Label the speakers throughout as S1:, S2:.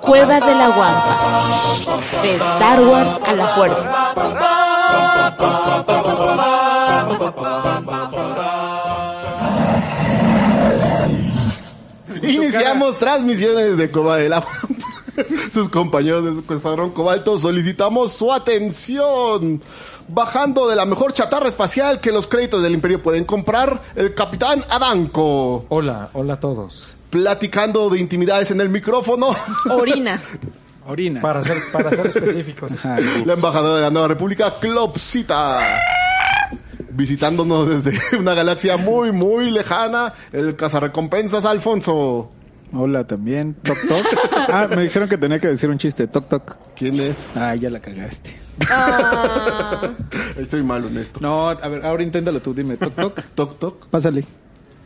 S1: Cueva de la Guampa. De Star Wars a la fuerza.
S2: Iniciamos transmisiones de Coba del Agua. Sus compañeros de su Escuadrón Cobalto solicitamos su atención. Bajando de la mejor chatarra espacial que los créditos del Imperio pueden comprar, el Capitán Adanco.
S3: Hola, hola a todos.
S2: Platicando de intimidades en el micrófono,
S1: Orina.
S4: Orina. Ah,
S3: Para ser, para ser específicos.
S4: Ajá.
S2: la embajadora de la Nueva República, Clopsita. Visitándonos desde una galaxia muy, muy lejana, el cazarrecompensas Alfonso.
S4: Hola también. Toc toc. Ah, me dijeron que tenía que decir un chiste. Toc toc.
S2: ¿Quién es?
S4: Ah, ya la cagaste.
S1: Ah.
S2: Estoy malo en esto.
S4: No, a ver, ahora inténtalo tú, dime. Toc toc.
S2: Toc, toc.
S4: Pásale.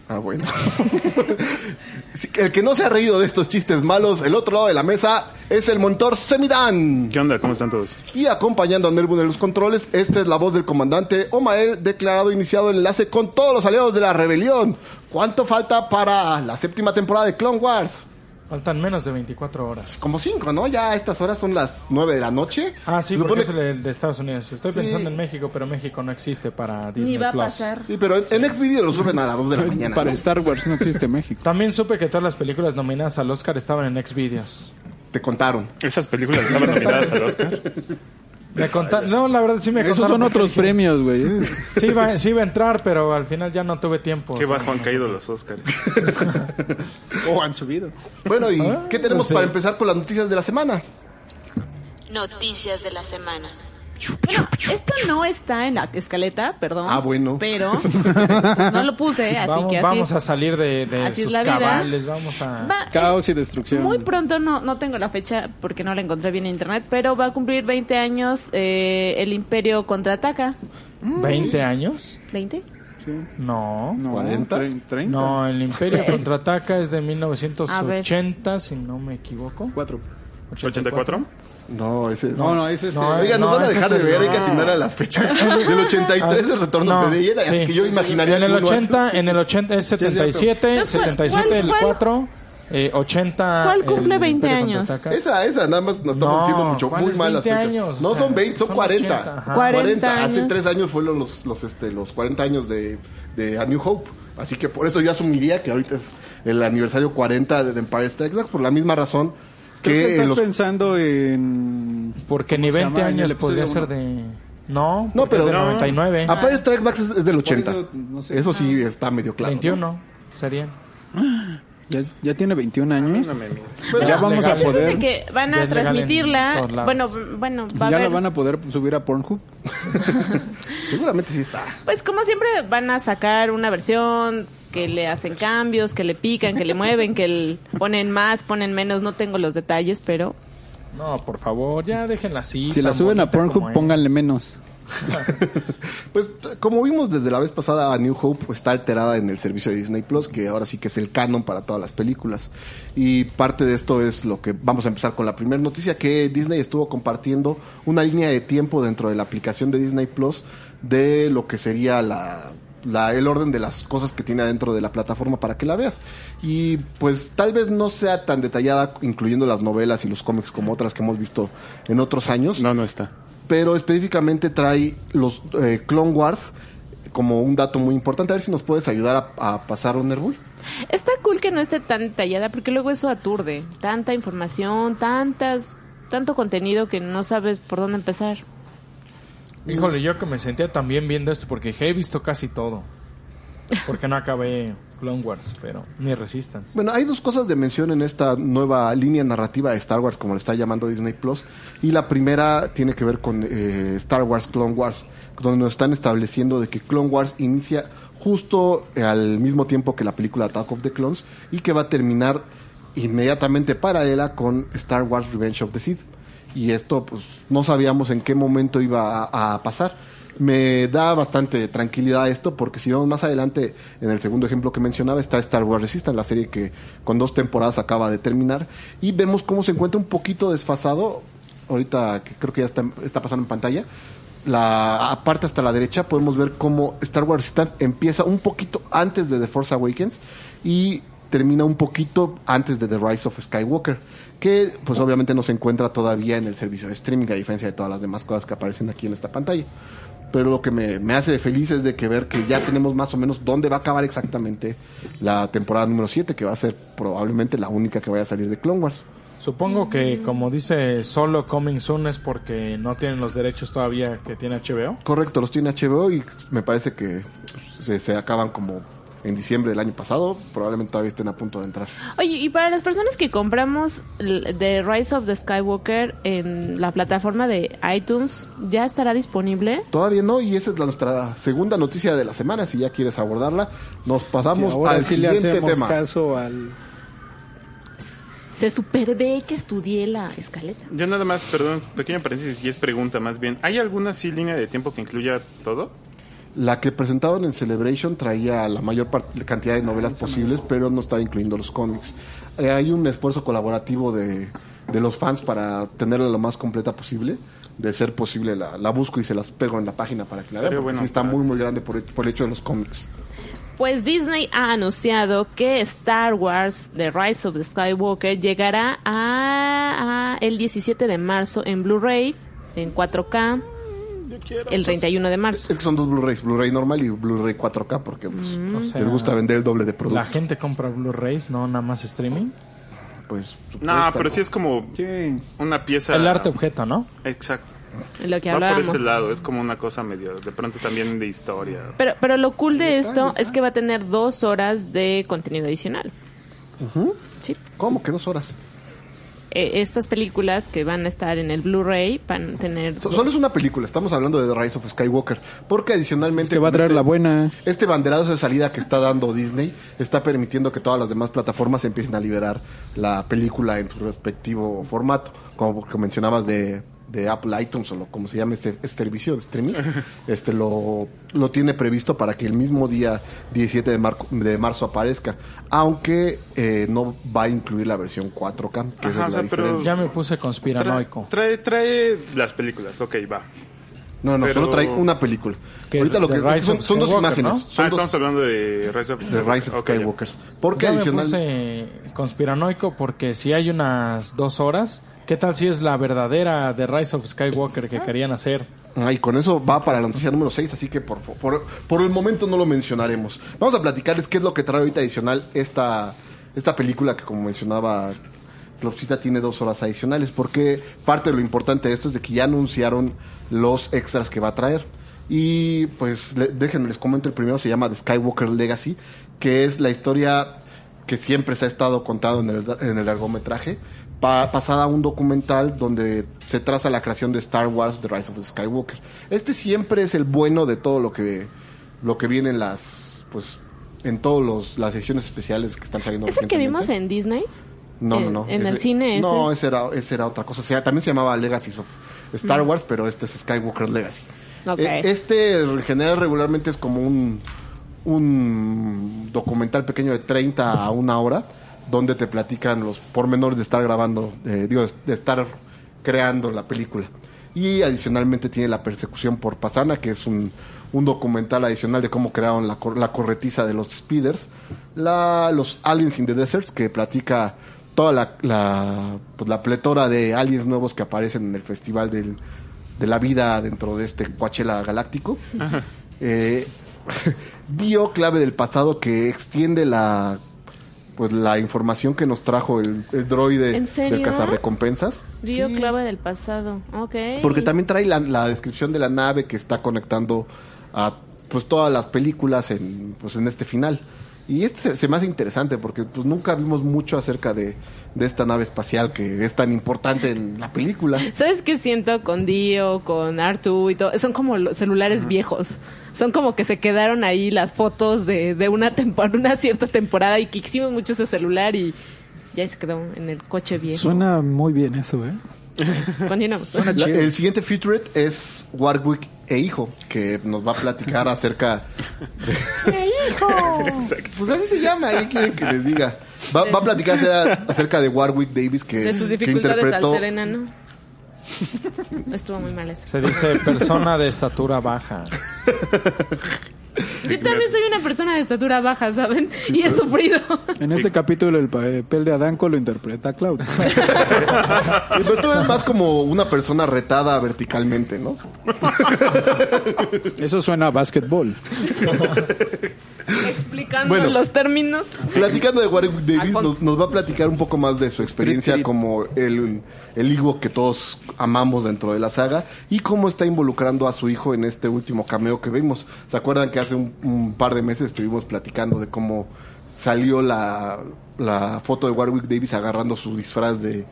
S2: Ah, bueno. Sí, el que no se ha reído de estos chistes malos, el otro lado de la mesa, es el montor Semidán.
S5: ¿Qué onda? ¿Cómo están todos?
S2: Y acompañando a Nervo de los controles, esta es la voz del comandante Omael, declarado iniciado el enlace con todos los aliados de la rebelión. ¿Cuánto falta para la séptima temporada de Clone Wars?
S3: Faltan menos de 24 horas.
S2: Como cinco, ¿no? Ya a estas horas son las nueve de la noche.
S3: Ah, sí,
S2: Se supone-
S3: porque es el el de Estados Unidos. Estoy
S2: Sí.
S3: pensando en México, pero México no existe para Disney
S1: Ni va a
S3: Plus.
S1: pasar.
S2: Sí, pero en, en Xvideo lo suben a las dos de la mañana.
S4: Para
S2: ¿no?
S4: Star Wars no existe México.
S3: También supe que todas las películas nominadas al Oscar estaban en Xvideos.
S2: Te contaron.
S5: Esas películas estaban nominadas al Oscar.
S3: Me conta- No, la verdad sí me
S4: Esos
S3: contaron
S4: son
S3: porque
S4: otros
S3: dije,
S4: premios, güey.
S3: Sí iba, sí iba a entrar, pero al final ya no tuve tiempo.
S5: Qué
S3: O sea,
S5: bajo han caído los Oscars.
S4: O han subido.
S2: Bueno, ¿y qué tenemos
S3: sí.
S2: para empezar con las noticias de la semana?
S6: Noticias de la semana.
S1: Bueno, esto no está en la escaleta, perdón.
S2: Ah, bueno.
S1: Pero no lo puse, Eh, así
S3: vamos,
S1: que así.
S3: vamos a salir de, de
S1: así es
S3: sus
S1: la vida.
S3: cabales, vamos a...
S1: Va-
S4: Caos y destrucción.
S1: Muy pronto, no, no tengo la fecha porque no la encontré bien en internet, pero va a cumplir 20 años eh, el Imperio contraataca.
S3: ¿20 años?
S1: ¿20?
S3: No.
S4: No,
S2: 40.
S4: 30.
S3: No, el Imperio
S1: Es-
S3: contraataca es de
S1: Pues, A ver.
S3: 1980, si no me equivoco.
S4: 4.
S5: ¿84?
S2: No, ese es.
S4: No, no, ese es.
S3: No,
S4: eh,
S2: Oiga, nos
S3: No,
S2: van a
S3: ese
S2: dejar
S3: es
S2: de
S3: el-
S2: ver, hay que
S3: no.
S2: atinar a las fechas. Del 83 el retorno
S3: No,
S2: de Della,
S3: sí.
S2: que yo imaginaría
S3: En el
S2: que uno-
S3: 80, en el 80 es 77,
S1: Entonces, ¿cuál-
S3: 77 el
S1: cuál-
S3: 4, eh, 80...
S1: ¿Cuál cumple
S3: el
S1: 20
S3: Imperio
S1: años?
S3: contraataca.
S2: Esa, esa, nada más nos estamos
S3: No,
S2: haciendo mucho,
S3: ¿cuál
S2: muy
S3: es
S2: mal las
S3: 20
S2: fechas.
S3: años?
S2: no
S3: O sea,
S2: son 20, son,
S3: son
S2: 40.
S3: 80, ajá.
S1: 40
S2: Hace
S1: años.
S2: tres años fueron los, los, este, los 40 años de, de A New Hope. Así que por eso yo asumiría que ahorita es el aniversario 40 de The Empire Strikes Back, por la misma razón que,
S4: Creo que estás
S2: en los...
S4: pensando en.
S3: Porque ni
S4: ¿Cómo se
S3: 20
S4: llama? En el
S3: años
S4: episodio
S3: podría ser
S4: uno.
S3: de... No,
S2: No,
S3: porque
S2: pero
S3: es de
S2: no. Ah, pues,
S3: 99.
S2: Empire Strikes Back es, es del 80.
S4: eso, no sé.
S2: Eso sí está medio claro. ¿no?
S3: 21 serían.
S4: Ya, ya tiene 21 años.
S2: Pero-
S4: ya vamos
S3: legal.
S4: a
S1: Entonces
S4: poder.
S1: de que van
S3: Ya
S1: a
S3: es legal en
S1: transmitirla.
S3: todos lados.
S1: Bueno, b- bueno, va a
S4: Ya la
S1: haber-
S4: van a poder subir a Pornhub.
S2: Seguramente sí está.
S1: Pues como siempre van a sacar una versión que le hacen cambios, que le pican, que le mueven, que le ponen más, ponen menos, no tengo los detalles, pero
S3: No, por favor, ya déjenla así.
S4: Si la
S3: tan
S4: suben a
S3: bonita como
S4: Pornhub,
S3: es.
S4: pónganle menos.
S2: Pues t- como vimos desde la vez pasada, New Hope está alterada en el servicio de Disney Plus, que ahora sí que es el canon para todas las películas. Y parte de esto es lo que vamos a empezar con la primera noticia, que Disney estuvo compartiendo una línea de tiempo dentro de la aplicación de Disney Plus de lo que sería la, la- el orden de las cosas que tiene adentro de la plataforma para que la veas. Y pues tal vez no sea tan detallada, incluyendo las novelas y los cómics como otras que hemos visto en otros años
S5: No, no está.
S2: pero específicamente trae los eh, Clone Wars como un dato muy importante. A ver si nos puedes ayudar a, a pasar un Nervul.
S1: está cool que no esté tan detallada porque luego eso aturde, tanta información, tantas tanto contenido que no sabes por dónde empezar.
S3: Híjole, yo que me sentía también viendo esto porque he visto casi todo. Porque no acabé Clone Wars, pero ni Resistance.
S2: Bueno, hay dos cosas de mención en esta nueva línea narrativa de Star Wars, como le está llamando Disney Plus. Y la primera tiene que ver con eh, Star Wars Clone Wars, donde nos están estableciendo de que Clone Wars inicia justo eh, al mismo tiempo que la película Attack of the Clones y que va a terminar inmediatamente paralela con Star Wars Revenge of the Sith. Y esto, pues, no sabíamos en qué momento iba a, a pasar. Me da bastante tranquilidad esto porque si vemos más adelante en el segundo ejemplo que mencionaba está Star Wars Resistance, la serie que con dos temporadas acaba de terminar y vemos cómo se encuentra un poquito desfasado ahorita que creo que ya está, está pasando en pantalla la aparte hasta la derecha, podemos ver cómo Star Wars Stand empieza un poquito antes de The Force Awakens y termina un poquito antes de The Rise of Skywalker, que pues obviamente no se encuentra todavía en el servicio de streaming, a diferencia de todas las demás cosas que aparecen aquí en esta pantalla. Pero lo que me, me hace feliz es de que ver que ya tenemos más o menos dónde va a acabar exactamente la temporada número 7, que va a ser probablemente la única que vaya a salir de Clone Wars.
S3: Supongo que, como dice solo Coming Soon, es porque no tienen los derechos todavía que tiene HBO.
S2: Correcto, los tiene HBO y me parece que se, se acaban como en diciembre del año pasado. Probablemente todavía estén a punto de entrar.
S1: Oye, y para las personas que compramos l- The Rise of the Skywalker en la plataforma de iTunes, ¿ya estará disponible?
S2: Todavía no, y esa es la- nuestra segunda noticia de la semana. Si ya quieres abordarla, nos pasamos
S4: Sí, ahora
S2: al
S4: sí le
S2: siguiente
S4: hacemos
S2: tema.
S4: caso al...
S1: Se supervé que estudié la escaleta.
S5: Yo nada más, perdón, pequeño paréntesis y es pregunta más bien. ¿Hay alguna sí línea de tiempo que incluya todo?
S2: La que presentaron en Celebration traía la mayor par- cantidad
S5: Ah,
S2: de novelas posibles, pero no estaba incluyendo los cómics. Eh, hay un esfuerzo colaborativo de, de los fans para tenerla lo más completa posible. De ser posible, la, la busco y se las pego en la página para que la vean.
S5: Estaría
S2: Porque
S5: bueno.
S2: sí está muy, muy grande por, por el hecho de los cómics.
S1: Pues Disney ha anunciado que Star Wars The Rise of the Skywalker llegará a, a el 17 de marzo en Blu-ray, en 4K, el 31 de marzo.
S2: Es que son dos Blu-rays, Blu-ray normal y Blu-ray 4K, porque pues,
S5: Mm.
S3: O sea,
S2: les gusta vender el doble de
S3: La
S2: producto.
S3: gente compra Blu-rays, no nada más streaming.
S2: Pues, supuesto,
S5: No, pero sí es como
S4: Sí.
S5: una pieza.
S3: El arte objeto, ¿no?
S5: Exacto.
S1: Lo que
S5: Va por
S1: hablábamos.
S5: ese lado, es como una cosa medio, de pronto también de historia.
S1: Pero, pero lo cool de
S2: Ahí está,
S1: esto
S2: ahí está.
S1: es que va a tener dos horas de contenido adicional. Sí.
S2: ¿Cómo que dos horas?
S1: Eh, estas películas que van a estar en el Blu-ray van a tener...
S2: So- solo es una película, estamos hablando de The Rise of Skywalker, porque
S4: Es
S2: adicionalmente...
S4: que va a traer
S2: este-
S4: la buena.
S2: Este banderazo de salida que está dando Disney está permitiendo que todas las demás plataformas empiecen a liberar la película en su respectivo formato. Como que mencionabas de, de Apple iTunes o lo- como se llama este, este servicio de streaming, este lo, lo tiene previsto para que el mismo día 17 de, marco- de marzo aparezca. Aunque eh, no va a incluir la versión 4K, que esa
S5: Ajá,
S2: es
S5: o
S2: la
S5: sea, pero-
S2: diferencia.
S3: Ya me puse
S5: Trae,
S3: conspiranoico.
S5: trae, trae las películas, ok, va.
S2: No, no,
S5: pero-
S2: solo trae una película.
S3: Que
S2: Ahorita lo
S3: The
S2: que
S3: Rise
S2: son,
S3: of
S2: son dos
S3: Skywalker,
S2: imágenes.
S3: ¿no?
S2: Son
S5: ah,
S2: dos
S5: estamos hablando de Rise of
S2: de Rise of
S5: Ok, ya.
S2: Skywalker. Porque
S3: Ya me
S2: adicional...
S3: puse conspiranoico porque si hay unas dos horas, ¿qué tal si es la verdadera de Rise of Skywalker que querían hacer?
S2: Ah, y con eso va para la noticia número 6, así que por, fa- por, por el momento no lo mencionaremos. Vamos a platicarles qué es lo que trae ahorita adicional esta, esta película que como mencionaba Flopsita tiene dos horas adicionales, porque parte de lo importante de esto es de que ya anunciaron los extras que va a traer. Y pues le- déjenme les comento, el primero se llama The Skywalker Legacy, que es la historia que siempre se ha estado contado en el, en el largometraje, pa- pasada a un documental donde se traza la creación de Star Wars, The Rise of Skywalker. Este siempre es el bueno de todo lo que, lo que viene en las, pues, en todas las sesiones especiales que están saliendo.
S1: ¿Es el que vimos
S2: recientemente.
S1: en Disney?
S2: No, no,
S1: en-
S2: no.
S1: Eh, en el
S2: Ese-
S1: cine
S2: No,
S1: ese?
S2: ese era, ese era otra cosa. O sea, también se llamaba Legacy of Star Wars, pero este es Skywalker Legacy.
S1: Mm. Ok.
S2: Eh, este en general regularmente es como un, un documental pequeño de 30 a una hora, donde te platican los pormenores de estar grabando, eh, digo, de estar creando la película. Y adicionalmente tiene la persecución por Pasana, que es un, un documental adicional de cómo crearon la, cor- la corretiza de los speeders. La, los Aliens in the Deserts, que platica toda la, la, pues, la pletora de aliens nuevos que aparecen en el festival del, de la vida dentro de este Coachella galáctico. Eh, Dio, clave del pasado, que extiende la pues la información que nos trajo el, el droide
S1: ¿En serio?
S2: del cazarrecompensas.
S1: Dio
S2: Sí.
S1: clave del pasado. Ok.
S2: Porque también trae la, la descripción de la nave que está conectando a pues todas las películas en pues en este final. Y este se, se me hace interesante porque pues nunca vimos mucho acerca de, de esta nave espacial que es tan importante en la película.
S1: ¿Sabes qué siento con Dio, con Artu y todo? Son como los celulares viejos. Son como que se quedaron ahí las fotos de, de una, temporada, una cierta temporada y que hicimos mucho ese celular y ya se quedó en el coche viejo.
S4: Suena muy bien eso, ¿eh?
S1: Continuamos.
S2: La- el siguiente featured es Warwick e hijo, que nos va a platicar acerca.
S1: ¡E
S5: Exacto.
S2: Pues así se llama, ¿qué quieren que les diga? Va, va a platicar acerca, acerca de Warwick Davis, que,
S1: De sus
S2: que
S1: dificultades al
S2: interpretó
S1: ser enano. Estuvo muy mal eso.
S3: Se dice persona de estatura baja.
S1: Yo también soy una persona de estatura baja, ¿saben? Y he sufrido.
S4: En este capítulo el papel de Adanco lo interpreta Cloud.
S2: Sí, pero tú eres más como una persona retada verticalmente, ¿no?
S4: Eso suena a básquetbol.
S1: Explicando
S2: Bueno.
S1: los términos.
S2: Platicando de
S1: Ah,
S2: Warwick Davis,
S1: Alfonso.
S2: nos, nos va a platicar un poco más de su experiencia como el, el Ewok que todos amamos dentro de la saga y cómo está involucrando a su hijo en este último cameo que vimos. ¿Se acuerdan que hace un, un par de meses estuvimos platicando de cómo salió la, la foto de Warwick Davis agarrando su disfraz de,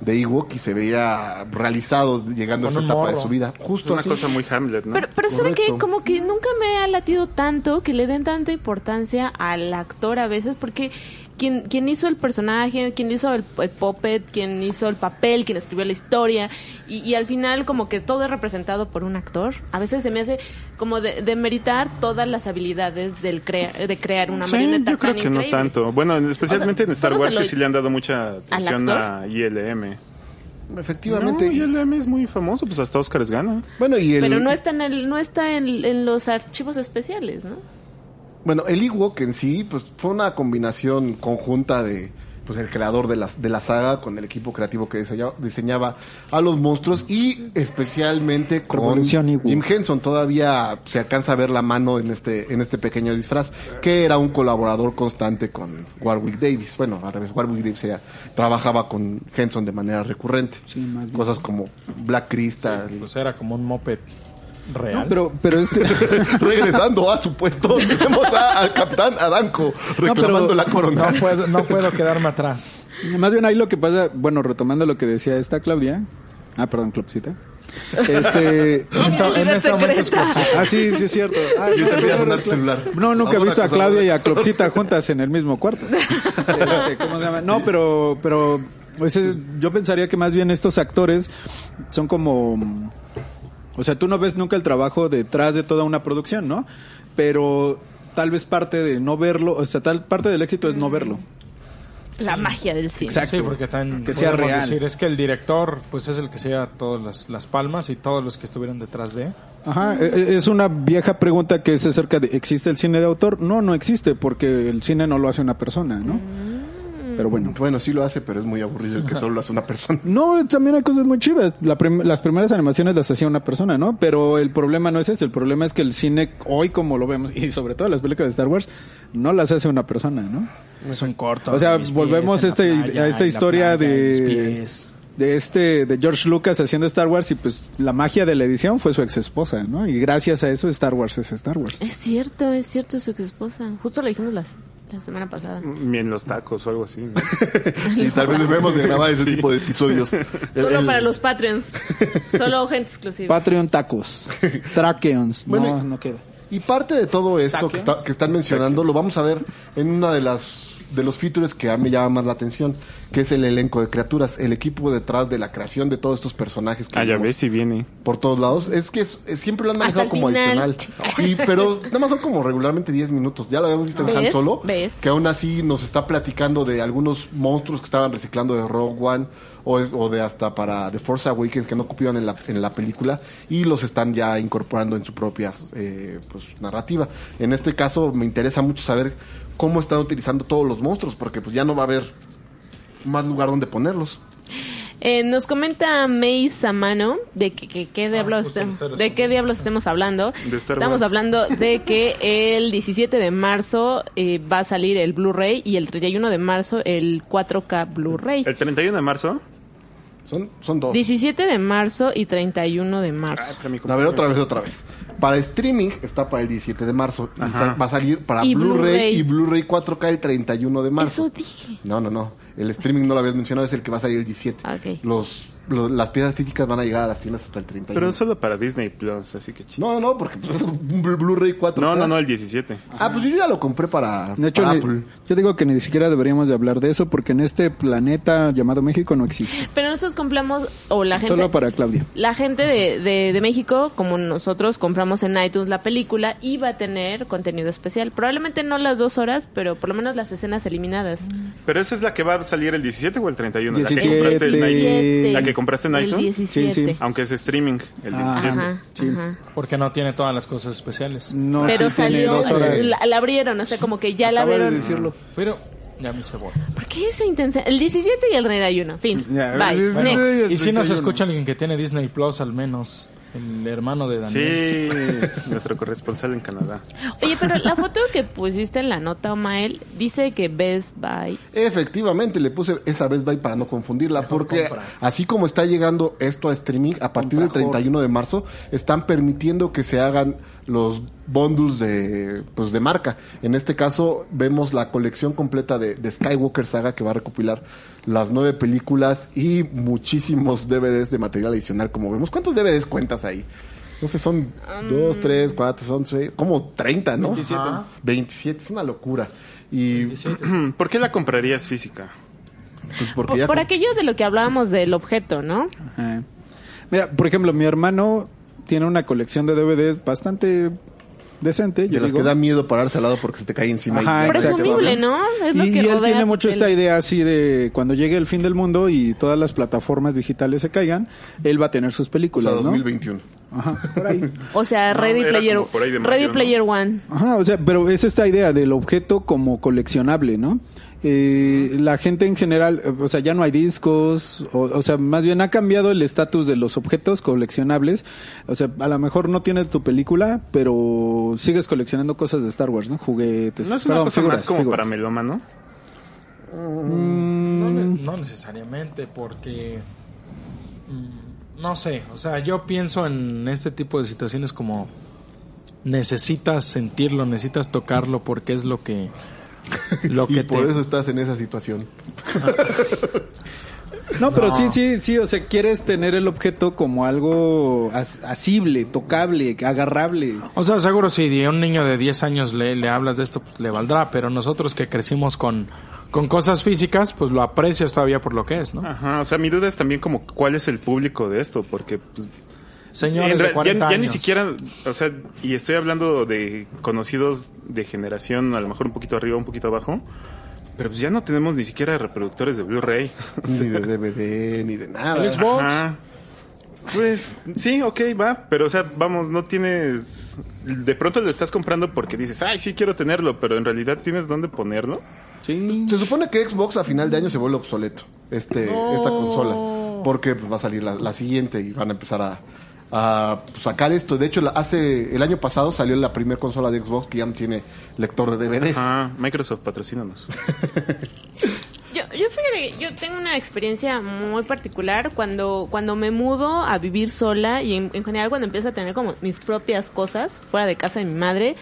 S2: de Ewok y se veía realizado llegando
S3: Con
S2: a
S3: un
S2: esa etapa de
S3: morro.
S2: su vida?
S5: Es
S2: Justo
S5: una
S2: así.
S5: cosa muy Hamlet, ¿no?
S1: Pero, pero ¿saben qué?
S2: Correcto.
S1: Como que nunca me ha latido tanto que le den tanta importancia al actor a veces, porque quien, quien hizo el personaje, quien hizo el, el puppet, quien hizo el papel, quien escribió la historia, y, y al final como que todo es representado por un actor, a veces se me hace como de, demeritar todas las habilidades del crea- de crear una
S5: Sí,
S1: marioneta
S5: yo creo
S1: tan
S5: que no
S1: increíble.
S5: tanto. Bueno, en- especialmente
S1: O sea,
S5: en Star
S1: todo se
S5: Wars,
S1: lo-
S5: que sí le han dado mucha atención
S1: actor?
S5: a ILM.
S2: Efectivamente.
S5: No, ILM es muy famoso, pues hasta Oscar les gana.
S2: Bueno, y el,
S1: Pero no está en el, no está en, en los archivos especiales, ¿no?
S2: Bueno, el Ewok en sí, pues fue una combinación conjunta de pues el creador de la, de la saga con el equipo creativo que diseñaba, diseñaba a los monstruos y especialmente con
S4: Revolución Ewok.
S2: Jim Henson. Todavía se alcanza a ver la mano en este, en este pequeño disfraz, que era un colaborador constante con Warwick Davis. Bueno, al revés, Warwick Davis era- trabajaba con Henson de manera recurrente.
S4: Sí, más bien.
S2: Cosas como Black Crystal.
S3: Pues era como un moped real.
S4: Pero, pero es que...
S2: Regresando a su puesto, tenemos a- al capitán Adanco
S4: No, pero-
S2: reclamando la corona.
S3: No puedo, no puedo quedarme atrás.
S4: Más bien ahí lo que pasa, bueno, retomando lo que decía esta Claudia. Ah, perdón, Clubcita. Este...
S3: En este- en
S1: Identidad
S3: este momento es
S1: secreta.
S3: como-
S4: Ah, sí, sí es cierto. Ah,
S2: Yo te voy a sonar tu celular.
S4: No, nunca he
S2: Ahora
S4: visto a
S2: cosa
S4: Claudia y
S2: buena.
S4: a Cropsita juntas en el mismo cuarto. Este, ¿Cómo se llama? No, pero, pero pues, es- yo pensaría que más bien estos actores son como... mm, O sea, tú no ves nunca el trabajo detrás de toda una producción, ¿no? Pero tal vez parte de no verlo, o sea, tal parte del éxito es no verlo.
S1: La magia del cine.
S4: Exacto.
S3: Sí, porque tan
S4: Que sea
S3: podemos
S4: real.
S3: decir, es que el director pues es el que se lleva todas las, las palmas y todos los que estuvieron detrás de.
S4: Ajá, e- e- es una vieja pregunta que es acerca de ¿existe el cine de autor? No, no existe porque el cine no lo hace una persona, ¿no? Pero bueno.
S2: Bueno, sí lo hace, pero es muy aburrido el que solo lo hace una persona.
S4: No, también hay cosas muy chidas. La prim- las primeras animaciones las hacía una persona, ¿no? Pero el problema no es ese. El problema es que el cine, hoy como lo vemos, y sobre todo las películas de Star Wars, no las hace una persona, ¿no?
S3: Es un corto.
S4: O sea, volvemos a, este- a esta historia de, de este de George Lucas haciendo Star Wars y pues la magia de la edición fue su ex esposa, ¿no? Y gracias a eso Star Wars es Star Wars.
S1: Es cierto, es cierto su esposa. Justo lo dijimos las, la semana pasada.
S5: Ni en los tacos o algo así. ¿no?
S2: Sí, tal vez debemos de grabar ese tipo de episodios. El-
S1: Solo
S2: el-
S1: para los Patreons. Solo gente exclusiva.
S4: Patreon tacos, Traqueons.
S2: Bueno,
S4: no, no queda.
S2: Y parte de todo esto que, está- que están mencionando lo vamos a ver en una de las de los features que a mí me llama más la atención, que es el elenco de criaturas, el equipo detrás de la creación de todos estos personajes que
S5: Ah, ya
S2: vimos
S5: ves si viene.
S2: por todos lados. Es que es- es- siempre lo han
S1: Hasta
S2: manejado
S1: el
S2: como
S1: final.
S2: adicional. Y, pero nada más son como regularmente 10 minutos. Ya lo habíamos visto en Han
S1: ¿Ves?
S2: Solo,
S1: ¿Ves?
S2: que aún así nos está platicando de algunos monstruos que estaban reciclando de Rogue One o, o de hasta para The Force Awakens que no copiaban en la, en la película y los están ya incorporando en su propia eh, pues, narrativa. En este caso me interesa mucho saber cómo están utilizando todos los monstruos porque pues ya no va a haber más lugar donde ponerlos.
S1: Eh, nos comenta May Samano de que, que- qué diablos
S3: justo
S1: estamos-
S3: nosotros.
S1: de qué diablos estamos hablando.
S5: De Star Wars.
S1: estamos hablando de que el 17 de marzo eh, va a salir el Blu-ray y el 31 de marzo el 4K Blu-ray.
S5: El 31 de marzo.
S2: Son, son dos.
S1: 17 de marzo y 31 de marzo.
S5: para mi
S2: A ver, otra vez, otra vez. Para streaming está para el 17 de marzo. Y sa- va a salir para
S1: Y
S2: Blu-ray
S1: Blu-ray.
S2: y Blu-ray 4K el 31 de marzo.
S1: Eso dije.
S2: No, no, no. El streaming no lo habías mencionado, es el que va a salir el 17.
S1: Ah, ok.
S2: Los, lo- las piezas físicas van a llegar a las tiendas hasta el 31.
S5: Pero solo para Disney Plus, así que chido.
S2: No, no, no, porque pues, es un Blu- Blu-ray 4K.
S5: No, no, no, el 17.
S2: Ah, pues yo ya lo compré para,
S4: De hecho,
S2: para
S4: ni-
S2: Apple.
S4: yo digo que ni siquiera deberíamos de hablar de eso porque en este planeta llamado México no existe.
S1: Pero nosotros compramos, o la gente
S4: Solo para Claudia.
S1: La gente de, de, de México, como nosotros, compramos en iTunes la película y va a tener contenido especial. Probablemente no las dos horas, pero por lo menos las escenas eliminadas.
S5: Pero esa es la que va a a salir el 17 o el 31? La que
S4: 17.
S5: compraste en iTunes.
S4: Siete.
S5: ¿La que compraste en
S1: El
S5: iTunes? Ah,
S1: 17.
S4: Sí, sí.
S5: Aunque es streaming, el
S4: Ah.
S5: 17.
S1: Ajá,
S4: Sí.
S1: ajá.
S3: Porque no tiene todas las cosas especiales.
S4: No,
S1: Pero
S4: sí tiene
S1: salió,
S4: dos horas.
S1: la, la abrieron, o sea, como que ya la
S4: Acaba de
S1: abrieron.
S4: decirlo.
S3: Pero ya me hice bolas.
S1: ¿Por qué esa intensidad? El 17 y el 31, fin.
S4: Ya,
S1: Bye.
S4: sí,
S1: Next.
S4: sí, sí.
S3: Y si nos
S4: 31.
S3: escucha alguien que tiene Disney Plus, al menos. El hermano de Daniel.
S5: Sí, nuestro corresponsal en Canadá.
S1: Oye, pero la foto que pusiste en la nota, Omael, dice que Best Buy.
S2: Efectivamente, le puse esa Best Buy para no confundirla, porque
S3: compra.
S2: así como está llegando esto a streaming, a partir del 31 de marzo, están permitiendo que se hagan los bundles de, pues, de marca. En este caso, vemos la colección completa de, de Skywalker Saga, que va a recopilar las nueve películas y muchísimos DVDs de material adicional, como vemos. ¿Cuántos DVDs cuentas ahí? No sé, son
S1: Um,
S2: dos, tres, cuatro, son seis, como 30, ¿no? 27. 27, es una locura. Y
S5: ¿Por qué la comprarías física?
S2: pues porque
S1: Por,
S2: ya
S1: por
S2: con-
S1: aquello de lo que hablábamos del objeto, ¿no?
S4: Ajá. Mira, por ejemplo, mi hermano tiene una colección de DVDs bastante decente.
S2: de
S4: Yo
S2: las
S4: digo.
S2: que da miedo pararse al lado porque se te cae encima. y-
S4: Ajá, exacto.
S1: Presumible, ¿no? Es lo
S4: y,
S1: que
S4: y él
S1: rodea
S4: tiene
S1: tu
S4: mucho
S1: tele.
S4: esta idea así de cuando llegue el fin del mundo y todas las plataformas digitales se caigan, él va a tener sus
S2: O sea,
S4: películas, ¿no?
S2: 2021.
S4: Ajá, por ahí.
S1: O sea,
S5: No,
S1: Ready
S5: era
S1: Player,
S5: como por ahí de mayo,
S1: Ready
S5: ¿no?
S1: Player One.
S4: Ajá, o sea, pero es esta idea del objeto como coleccionable, ¿no? Eh, la gente en general, eh, o sea, ya no hay discos, o, o sea, más bien ha cambiado el estatus de los objetos coleccionables. O sea, a lo mejor no tienes tu película, pero sigues coleccionando cosas de Star Wars, ¿no? Juguetes.
S5: ¿No es una
S4: perdón,
S5: cosa
S4: figuras,
S5: más como
S4: figuras.
S5: para melómano?
S3: No, ne-
S2: Mm.
S3: no necesariamente, porque. mm, No sé, o sea, yo pienso en este tipo de situaciones como. Necesitas sentirlo, necesitas tocarlo, porque es lo que. Lo
S2: Y
S3: que
S2: por
S3: te-
S2: eso estás en esa situación.
S4: No, pero
S3: No.
S4: sí, sí, sí, o sea, quieres tener el objeto como algo as- asible, tocable, agarrable.
S3: O sea, seguro si a un niño de 10 años le, le hablas de esto, pues le valdrá, pero nosotros que crecimos con, con cosas físicas, pues lo aprecias todavía por lo que es, ¿no?
S5: Ajá, o sea, mi duda es también como cuál es el público de esto, porque pues,
S3: Señores
S5: en
S3: de
S5: real-
S3: 40
S5: ya, ya ni
S3: años.
S5: siquiera, o sea, y estoy hablando de conocidos de generación, a lo mejor un poquito arriba, un poquito abajo, pero pues ya no tenemos ni siquiera reproductores de Blu-ray. O sea,
S2: ni de DVD, ni de nada.
S3: El Xbox.
S5: ajá. Pues sí, ok, va, pero o sea, vamos, no tienes, de pronto lo estás comprando porque dices, ay, sí quiero tenerlo, pero en realidad tienes dónde ponerlo.
S4: Sí.
S2: Se supone que Xbox a final de año se vuelve obsoleto. Este, Esta consola. Porque pues, va a salir la, la siguiente y van a empezar a, a, pues, sacar esto. De hecho, la- hace el año pasado salió la primera consola de Xbox que ya no tiene lector de DVDs.
S5: Ajá, Microsoft, patrocínanos.
S1: Yo, yo fíjate, que yo tengo una experiencia muy particular cuando, cuando me mudo a vivir sola y en, en general cuando empiezo a tener como mis propias cosas fuera de casa de mi madre,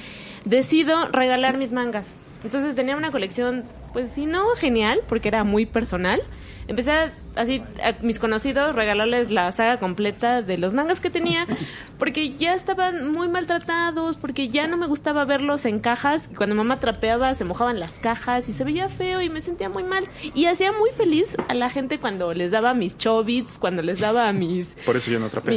S1: decido regalar mis mangas. Entonces tenía una colección, pues si no genial, porque era muy personal. Empecé a- así a mis conocidos regalarles la saga completa de los mangas que tenía, porque ya estaban muy maltratados, porque ya no me gustaba verlos en cajas. y Cuando mamá trapeaba se mojaban las cajas y se veía feo y me sentía muy mal. Y hacía muy feliz a la gente cuando les daba mis chobits, cuando les daba mis...
S5: Por eso ya no trapeas.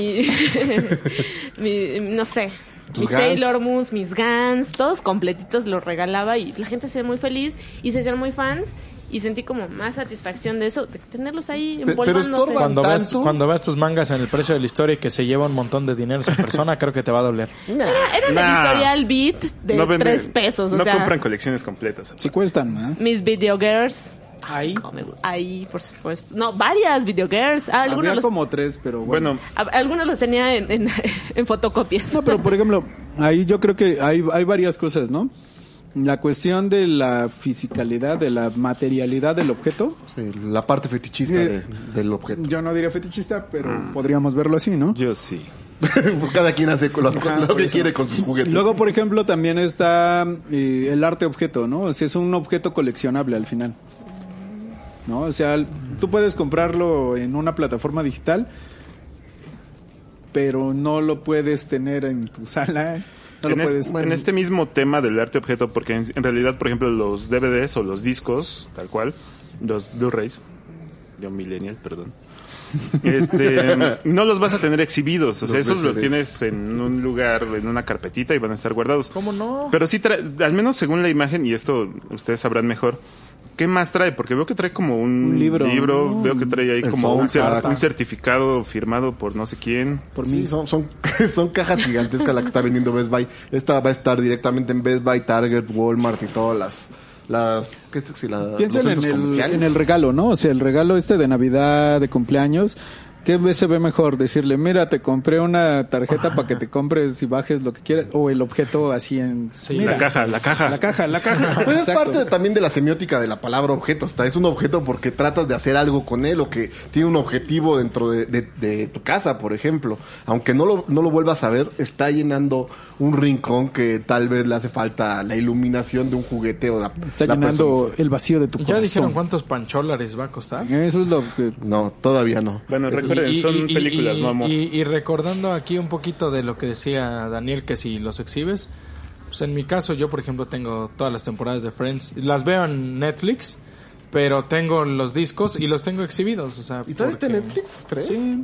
S1: mi, mi- no sé.
S2: Pues. Tus
S1: Mis
S2: Gans.
S1: Sailor Moons, mis Gans, todos completitos los regalaba y la gente se hacía muy feliz y se hacían muy fans y sentí como más satisfacción de eso, de tenerlos ahí
S2: Pe- pero
S1: envolvándose.
S2: estorban.
S3: Cuando ves,
S2: tanto.
S3: cuando ves tus mangas en el precio de la historia y que se lleva un montón de dinero esa persona, creo que te va a doler.
S1: Era, era una
S5: Nah.
S1: editorial beat de
S5: venden-
S1: tres pesos, o
S5: no
S1: sea,
S5: compran colecciones completas.
S4: Sí cuestan más.
S1: mis video girls.
S4: Ahí.
S1: como me gu- Ahí, por supuesto. No, varias video girls. Ah, algunos,
S4: Había
S1: los,
S4: como tres, pero
S5: Bueno,
S4: bueno.
S1: a- algunos los tenía en, en- en fotocopias.
S4: No, pero por ejemplo, ahí yo creo que hay, hay varias cosas, ¿no? La cuestión de la fisicalidad, de la materialidad del objeto.
S2: Sí, la parte fetichista
S4: Eh,
S2: de- del objeto.
S4: Yo no diría fetichista, pero podríamos verlo así, ¿no?
S5: Ah. yo sí.
S2: pues cada quien hace con las-
S4: Ajá,
S2: lo
S4: por
S2: que
S4: eso.
S2: quiere con sus juguetes.
S4: Luego, por ejemplo, también está eh, el arte objeto, ¿no? O sea, es un objeto coleccionable al final. ¿No? O sea, tú puedes comprarlo en una plataforma digital, pero no lo puedes tener en tu sala. No lo
S5: en, es-
S4: puedes eh.
S5: en este mismo tema del arte objeto, porque en, en realidad, por ejemplo, los DVDs o los discos, tal cual, los Blu-rays, yo millennial, perdón, este, no los vas a tener exhibidos, o sea,
S2: Los
S5: esos los
S2: VCDs.
S5: tienes en un lugar, en una carpetita y van a estar guardados.
S3: ¿Cómo no?
S5: Pero sí, tra- al menos según la imagen, y esto ustedes sabrán mejor, ¿Qué más trae? Porque veo que trae como un,
S4: Un libro. Mm.
S5: libro, veo que trae ahí
S2: El
S5: como un, cer-
S2: soundtrack.
S5: un certificado firmado por no sé quién.
S4: Por
S2: Sí,
S4: mí.
S2: son, son, son cajas gigantescas las que está vendiendo Best Buy. Esta va a estar directamente en Best Buy, Target, Walmart y todas las... las ¿Qué es? Si la, los
S4: Piensen en
S2: centros
S4: el,
S2: comerciales.
S4: en el regalo, ¿no? O sea, el regalo este de Navidad, de cumpleaños. ¿Qué vez se ve mejor? Decirle, mira, te compré una tarjeta para que te compres y bajes lo que quieras. O el objeto así en...
S3: Sí,
S4: Mira,
S5: la caja, la caja.
S4: La caja, la caja.
S2: Pues es
S4: Exacto.
S2: parte de- también de la semiótica de la palabra objeto. Está, es un objeto porque tratas de hacer algo con él o que tiene un objetivo dentro de, de- de tu casa, por ejemplo. Aunque no lo, no lo vuelvas a ver, está llenando un rincón que tal vez le hace falta la iluminación de un juguete o la,
S4: Está
S2: la
S4: llenando
S2: personificación.
S4: el vacío de tu
S3: ¿Ya dijeron
S4: corazón.
S3: cuántos pancholares va a costar?
S4: Eso es lo que...
S2: No, todavía no.
S5: Bueno, recuerden,
S3: Y- y-
S5: son
S3: y- y-
S5: películas,
S3: y-
S5: no amor.
S3: Y, y recordando aquí un poquito de lo que decía Daniel, que si los exhibes, pues en mi caso yo, por ejemplo, tengo todas las temporadas de Friends, las veo en Netflix, pero tengo los discos y los tengo exhibidos, o sea...
S2: ¿Y todavía está en
S3: porque-
S2: Netflix, crees?
S3: Sí,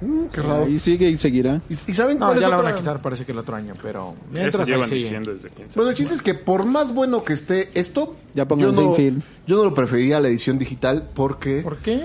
S2: Mm, qué raro.
S4: Y sigue y seguirá.
S2: ¿Y, y saben
S3: no,
S2: cuál es
S3: ya la van
S2: otra?
S3: a quitar parece que el otro año, pero
S5: Eso
S3: mientras ahí
S5: llevan
S3: sigue.
S5: diciendo desde quién sabe.
S2: Bueno, el chiste es que por más bueno que esté esto,
S4: Ya
S2: yo,
S4: pongan
S2: no,
S4: Seinfeld.
S2: yo no lo preferiría a la edición digital porque...
S3: ¿Por qué?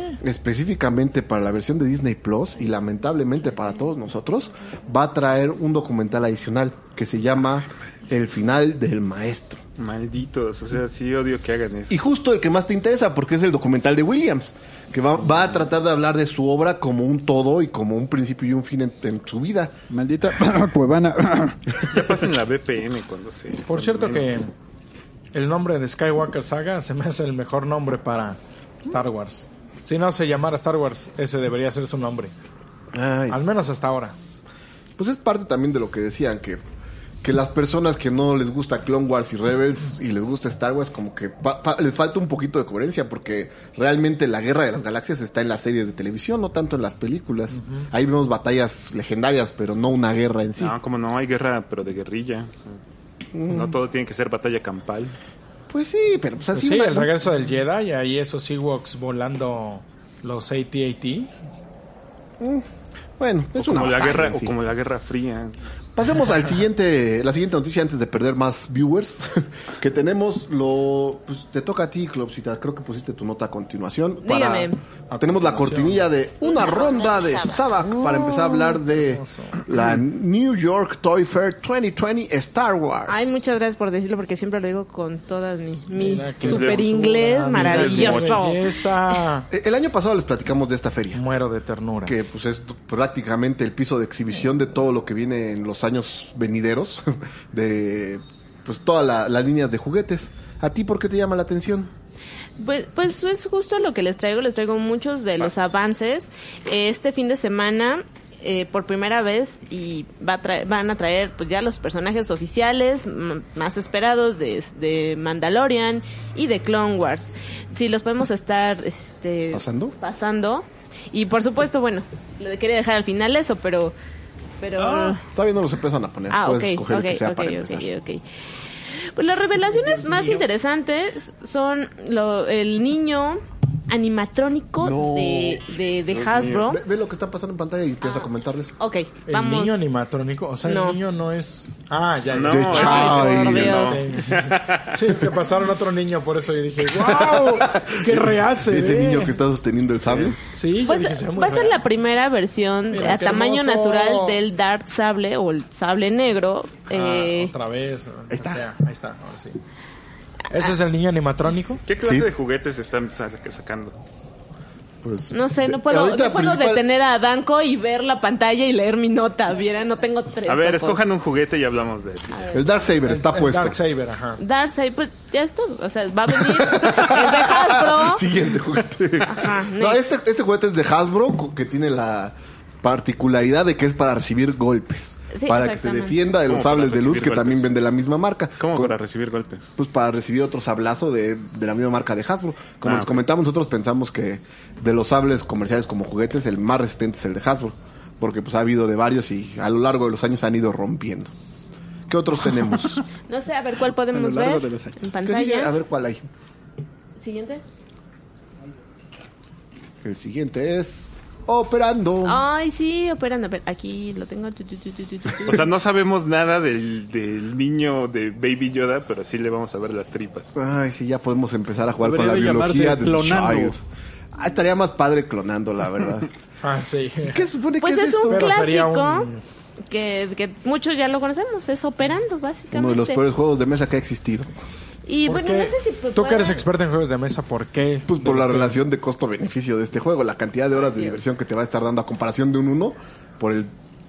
S2: específicamente para la versión de Disney Plus y lamentablemente para todos nosotros, va a traer un documental adicional que se llama El final del maestro.
S5: Malditos, o sea, sí odio que hagan eso.
S2: Y justo el que más te interesa porque es el documental de Williams, que va, va a tratar de hablar de su obra como un todo y como un principio y un fin en, en su vida.
S4: Maldita cuevana.
S5: Ya pasen la VPN cuando se.
S3: Por cierto
S2: pues,
S3: que el nombre de Skywalker Saga se me hace el mejor nombre para Star Wars. Si no se llamara Star Wars, ese debería ser su nombre.
S2: Ay,
S3: Al menos hasta ahora.
S2: Pues es parte también de lo que decían, que, que las personas que no les gusta Clone Wars y Rebels y les gusta Star Wars, como que pa- pa- les falta un poquito de coherencia, porque realmente la guerra de las galaxias está en las series de televisión, no tanto en las películas. Ahí vemos batallas legendarias, pero no una guerra en sí.
S5: No, como no, hay guerra, pero de guerrilla.
S3: Mm.
S5: No todo tiene que ser batalla campal.
S2: Pues sí, pero pues
S3: Pues
S2: así.
S3: sí,
S2: una-
S3: el regreso del Jedi, ahí esos Ewoks volando los AT-AT.
S2: Bueno, es
S5: o
S2: una.
S5: como la
S2: batalla
S5: guerra,
S2: en sí.
S5: o como la guerra fría.
S2: Pasemos al siguiente, la siguiente noticia antes de perder más viewers. Que tenemos lo. Pues te toca a ti, Clopsita. Creo que pusiste tu nota a continuación.
S1: Dígame.
S2: tenemos la cortinilla de una ronda de Sabac para empezar a hablar de la New York Toy Fair 2020 Star Wars.
S1: Ay, muchas gracias por decirlo porque siempre lo digo con todas mi, mi
S3: Mira qué
S1: super
S5: hermosura,
S1: inglés
S3: mira
S1: maravilloso.
S3: qué belleza.
S2: Eh, El año pasado les platicamos de esta feria.
S3: Muero de ternura.
S2: que pues es prácticamente el piso de exhibición de todo lo que viene en los años venideros, de pues todas la- las líneas de juguetes. ¿A ti por qué te llama la atención?
S1: Pues, pues es justo lo que les traigo, les traigo muchos de los avances. Eh, Este fin de semana, eh, por primera vez, y va a traer- van a traer pues ya los personajes oficiales m- más esperados de, de Mandalorian y de Clone Wars. Si los podemos estar este,
S2: ¿Pasando?
S1: pasando. Y por supuesto, bueno, le quería dejar al final eso, pero... pero
S2: Todavía no los empiezan a poner.
S1: Ah, ok,
S2: Puedes escoger el
S1: ok,
S2: que sea
S1: ok,
S2: para
S1: ok,
S2: empezar.
S1: ok. Pues las revelaciones más interesantes son lo- el niño animatrónico
S2: No.
S1: de, de, de
S5: Dios
S1: Hasbro.
S2: Ve, ve lo que está pasando en pantalla y empieza a comentarles.
S1: Ok,
S3: el
S1: vamos.
S3: niño animatrónico, o sea,
S1: No.
S3: el niño no es... Ah, ya, ya.
S5: No,
S2: De
S5: ese-
S2: Chai.
S5: ese niño
S1: Dios.
S5: no.
S3: Sí, es que pasaron otro niño, por eso yo dije, wow, qué real se
S2: Ese
S3: ve".
S2: niño que está sosteniendo el sable.
S3: Sí, yo
S1: Pues
S3: dije, se ve muy
S1: va a ser
S3: real.
S1: la primera versión
S3: Mira,
S1: de- a
S3: qué
S1: tamaño
S3: hermoso.
S1: natural del Dark Sable o el Sable Negro.
S3: Ah,
S1: eh,
S3: otra vez. o
S2: está.
S3: sea, ahí está, ahora sí. ¿Ese es el niño animatrónico?
S5: ¿Qué clase
S2: Sí.
S5: de juguetes están sa- que sacando?
S2: Pues,
S1: no sé, no
S2: de-
S1: puedo,
S2: ahorita
S1: no puedo
S2: principal-
S1: detener a Danco y ver la pantalla y leer mi nota. Viera, no tengo tres.
S5: A ver,
S1: ojos.
S5: escojan un juguete y hablamos de eso.
S2: El Dark Saber está
S3: El- el
S2: puesto.
S3: Darksaber, ajá.
S1: Darkseid, pues ya es todo. O sea, va a venir. es de Hasbro. Ah,
S2: Siguiente juguete.
S1: Ajá,
S2: no,
S1: next.
S2: este, este juguete es de Hasbro co- que tiene la particularidad de que es para recibir golpes.
S1: Sí,
S2: para que se
S1: exactamente.
S2: defienda de los
S5: ¿Cómo para
S2: sables de luz que
S5: recibir
S2: también
S5: golpes?
S2: vende la misma marca.
S5: ¿Cómo
S2: Con-
S5: para recibir golpes?
S2: pues para recibir otro sablazo de, de la misma marca de Hasbro. Como
S5: Ah,
S2: les
S5: ok.
S2: comentamos, nosotros pensamos que de los sables comerciales como juguetes, el más resistente es el de Hasbro. Porque pues ha habido de varios y a lo largo de los años han ido rompiendo. ¿Qué otros tenemos?
S1: No sé, a ver cuál podemos
S4: A lo largo
S1: ver
S4: de los años.
S1: en
S2: ¿Qué sigue? A
S1: pantalla.
S2: ver cuál hay.
S1: Siguiente.
S2: El siguiente es operando.
S1: Ay, sí, operan, operan. Aquí lo tengo. Tu, tu, tu, tu, tu, tu.
S5: O sea, no sabemos nada del, del niño de Baby Yoda, pero sí le vamos a ver las tripas.
S2: Ay, sí, ya podemos empezar a jugar con la
S4: Debería de
S2: biología
S4: llamarse
S2: de
S4: clonando.
S2: Child. Ah, estaría más padre clonando, la verdad.
S3: Ah, sí.
S2: ¿Qué supone
S1: Pues
S2: que es,
S1: es, un
S2: esto?
S3: Pero sería
S1: clásico
S3: un-
S1: que, que muchos ya lo conocemos. Es operando, básicamente.
S2: Uno de los peores juegos de mesa que ha existido.
S1: Y
S3: ¿Por
S1: bueno,
S3: qué?
S1: no sé si.
S3: Tú que eres
S1: puedan-
S3: experta en juegos de mesa, ¿por qué?
S2: Pues por la relación de costo-beneficio de este juego, la cantidad de horas de diversión que te va a estar dando a comparación de un 1 por el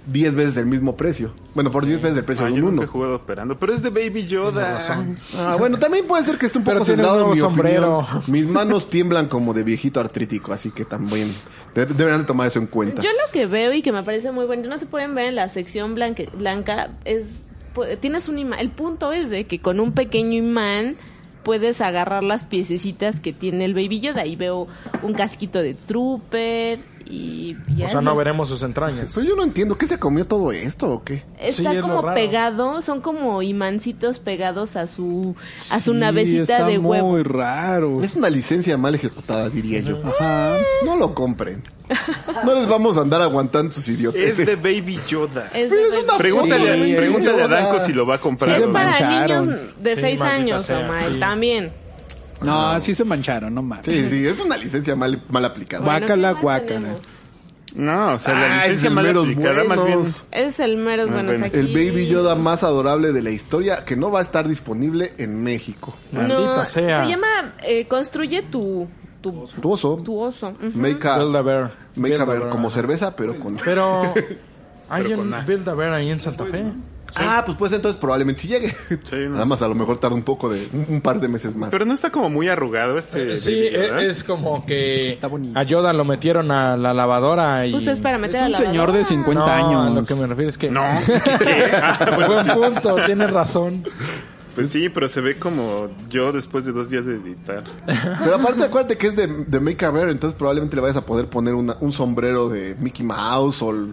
S2: 10 veces del mismo precio. Bueno, por 10 veces del precio
S5: Ah,
S2: de
S5: yo
S2: un
S5: nunca he
S2: 1.
S5: jugado operando, pero es de Baby Yoda.
S3: razón.
S2: Ah, bueno, también puede ser que esté un
S3: Pero
S2: poco
S3: tienes
S2: sesgado en
S3: nuevo
S2: mi
S3: sombrero.
S2: opinión. Mis manos tiemblan como de viejito artrítico, así que también de- deberán de tomar eso en cuenta.
S1: Yo lo que veo y que me parece muy bueno, no se pueden ver en la sección blanque- blanca, es pu- tienes un imán, el punto es de que con un pequeño imán puedes agarrar las piececitas que tiene el Baby Yoda. Ahí veo un casquito de Trooper y... ya
S3: O sea,
S1: es
S3: no
S1: lo-
S3: veremos sus entrañas.
S2: Pero yo no entiendo, ¿qué se comió todo esto o qué?
S3: Sí,
S1: Está
S3: es lo
S1: como
S3: raro.
S1: pegado, son como imancitos pegados a su a su
S4: Sí,
S1: navecita
S4: está
S1: de huevo.
S4: muy raro.
S2: Es una licencia mal ejecutada, diría yo.
S4: Ajá.
S2: No lo compren. No les vamos a andar aguantando sus
S5: Es de
S2: idioteces.
S5: Baby Yoda.
S1: Es,
S2: Pero
S1: de
S2: es
S1: Baby-
S2: una
S5: Pregúntale,
S2: Sí,
S5: pregúntale a
S2: Yoda.
S5: Danco si lo va a comprar.
S1: es
S5: o no.
S1: para
S4: mancharon.
S1: niños de
S3: Sí,
S1: 6
S3: maldita
S1: años,
S3: sea,
S1: Omar,
S3: sí.
S1: también.
S4: No, así se mancharon, no mames.
S2: Sí, sí, es una licencia mal, mal aplicada.
S4: Guau. Guácala,
S1: ¿qué más
S4: guácala.
S1: tenemos?
S5: No, o sea, la
S2: Ah, es
S5: licencia
S2: el
S5: mal
S2: meros
S5: aplicada, más bien.
S2: buenos.
S1: Es el mero
S5: Ah,
S1: bueno.
S5: bueno.
S1: aquí.
S2: El Baby Yoda más adorable de la historia que no va a estar disponible en México.
S3: Maldita
S1: no,
S3: sea.
S1: Se llama eh, Construye tu, tu,
S2: Tu oso.
S1: tu oso. Ujú.
S2: Make a,
S3: Build a Bear.
S2: make Ah, a
S3: Build a
S2: bear,
S3: Bear.
S2: como cerveza, pero con...
S3: Pero hay
S5: con
S3: un
S5: A.
S3: Build a Bear ahí en Santa Fe.
S2: Ah, pues pues entonces probablemente sí llegue.
S5: no
S2: Nada más a lo mejor tarda un poco de... Un, un par de meses más.
S5: Pero no está como muy arrugado este.
S3: Sí,
S5: Baby
S3: e-
S5: Yoda.
S3: es como que
S4: Está bonito.
S3: a Yoda lo metieron a la lavadora y...
S1: Pues es para meter
S4: Es
S1: a
S4: un
S1: la
S4: señor de
S1: lavadora.
S4: 50
S3: No, a
S4: años.
S3: lo que me refiero es que...
S5: No, ¿qué- qué? Ah, bueno,
S3: Buen
S5: sí.
S3: punto, tienes razón.
S5: Pues sí, pero se ve como yo después de dos días de editar.
S2: Pero aparte acuérdate que es de, de Make a Bear, entonces probablemente le vayas a poder poner una- un sombrero de Mickey Mouse o, el-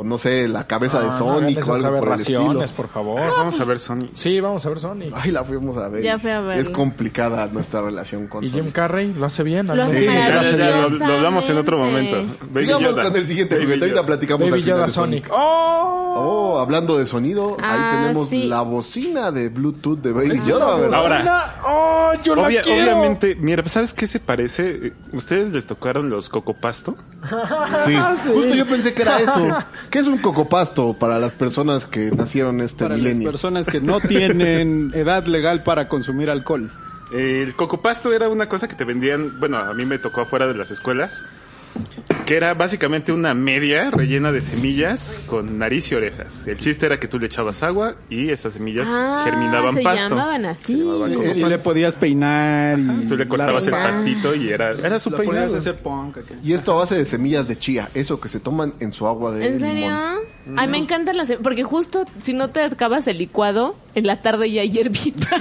S2: o no sé, la cabeza de
S3: Ah, no,
S2: Sonic
S3: háganles
S2: o
S3: esas
S2: algo por el estilo.
S3: aberraciones, por favor.
S5: Ah, vamos a ver Sony.
S3: Sí, vamos a ver Sonic.
S5: Ah,
S2: Ay, la fuimos a ver.
S1: Ya fui a verla.
S2: Es complicada nuestra relación con
S3: Y Jim
S2: Sonic.
S3: Carrey lo hace bien. al
S1: Lo hace
S3: menos.
S2: Sí,
S5: Ya, ya, lo,
S1: Maravillosamente.
S5: lo hablamos en otro momento. Baby
S2: Sigamos
S5: Yoda.
S2: con el siguiente
S5: Baby
S2: juguete. Ahorita
S5: Yoda.
S2: platicamos al
S3: Baby
S2: final
S3: Yoda
S2: de Sonic.
S3: Sonic. ¡Oh!
S2: Oh, hablando de sonido,
S1: Ah,
S2: ahí tenemos
S1: sí.
S2: la bocina de Bluetooth de Baby
S3: Es
S2: Yoda,
S3: una
S2: ¿verdad?
S5: Ahora,
S3: bocina. ¡Oh, yo la
S5: Obvia-
S3: quiero!
S5: obviamente, mira, ¿sabes qué se parece? ¿Ustedes les tocaron los cocopasto?
S2: Sí.
S4: Ah,
S3: sí.
S2: Justo yo pensé que era eso. ¿Qué es un cocopasto para las personas que nacieron este
S4: Para las
S2: milenio?
S4: personas que no tienen edad legal para consumir alcohol.
S5: El cocopasto era una cosa que te vendían, bueno, a mí me tocó afuera de las escuelas, que era básicamente una media rellena de semillas con nariz y orejas. El chiste era que tú le echabas agua y esas semillas
S1: Ah,
S5: germinaban
S1: se
S5: pasto.
S1: llamaban así.
S5: Se llamaban
S2: Eh,
S4: Y,
S5: cocopasto.
S4: y le podías peinar y...
S5: Tú le cortabas el
S1: Ah.
S5: pastito y era, era su
S4: Lo
S5: peinado.
S4: podías hacer punk acá.
S2: Y esto a base de semillas de chía, eso que se toman en su agua de
S1: ¿En serio?
S2: limón.
S1: Ay, me encantan las... Porque justo si no te acabas el licuado, en la tarde ya hay hierbita.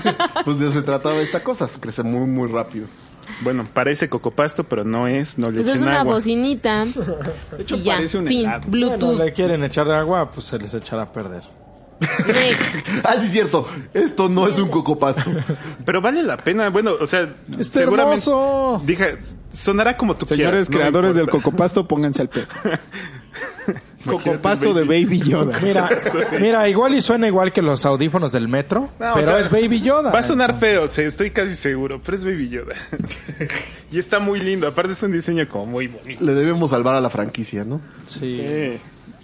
S2: Pues de eso se trataba esta cosa, crece muy muy rápido.
S5: Bueno, parece cocopasto, pero no es, no le
S1: Pues es
S5: echen
S1: una
S5: agua.
S1: bocinita.
S4: De hecho,
S1: y ya,
S4: parece un
S1: fin,
S4: helado.
S1: Bluetooth.
S3: Bueno, le quieren echar agua, pues se les echará a perder.
S1: Next.
S2: Ah, sí, cierto. Esto no es un cocopasto.
S5: Pero vale la pena, bueno, o sea,
S3: ¡Está
S5: seguramente
S3: hermoso!
S5: dije, sonará como tú quieras.
S4: Señores
S5: no me
S4: creadores del
S5: importa.
S4: cocopasto, pónganse al pedo.
S5: Imagínate
S4: cocopasto
S5: un
S4: de Baby Yoda.
S3: Mira, mira, igual y suena igual que los audífonos del metro,
S5: No, o
S3: pero
S5: sea,
S3: es Baby Yoda.
S5: Va a sonar feo, o sea, estoy casi seguro, pero es Baby Yoda. y está muy lindo, aparte es un diseño como muy bonito.
S2: Le debemos salvar a la franquicia, ¿no?
S3: Sí.
S5: Sí.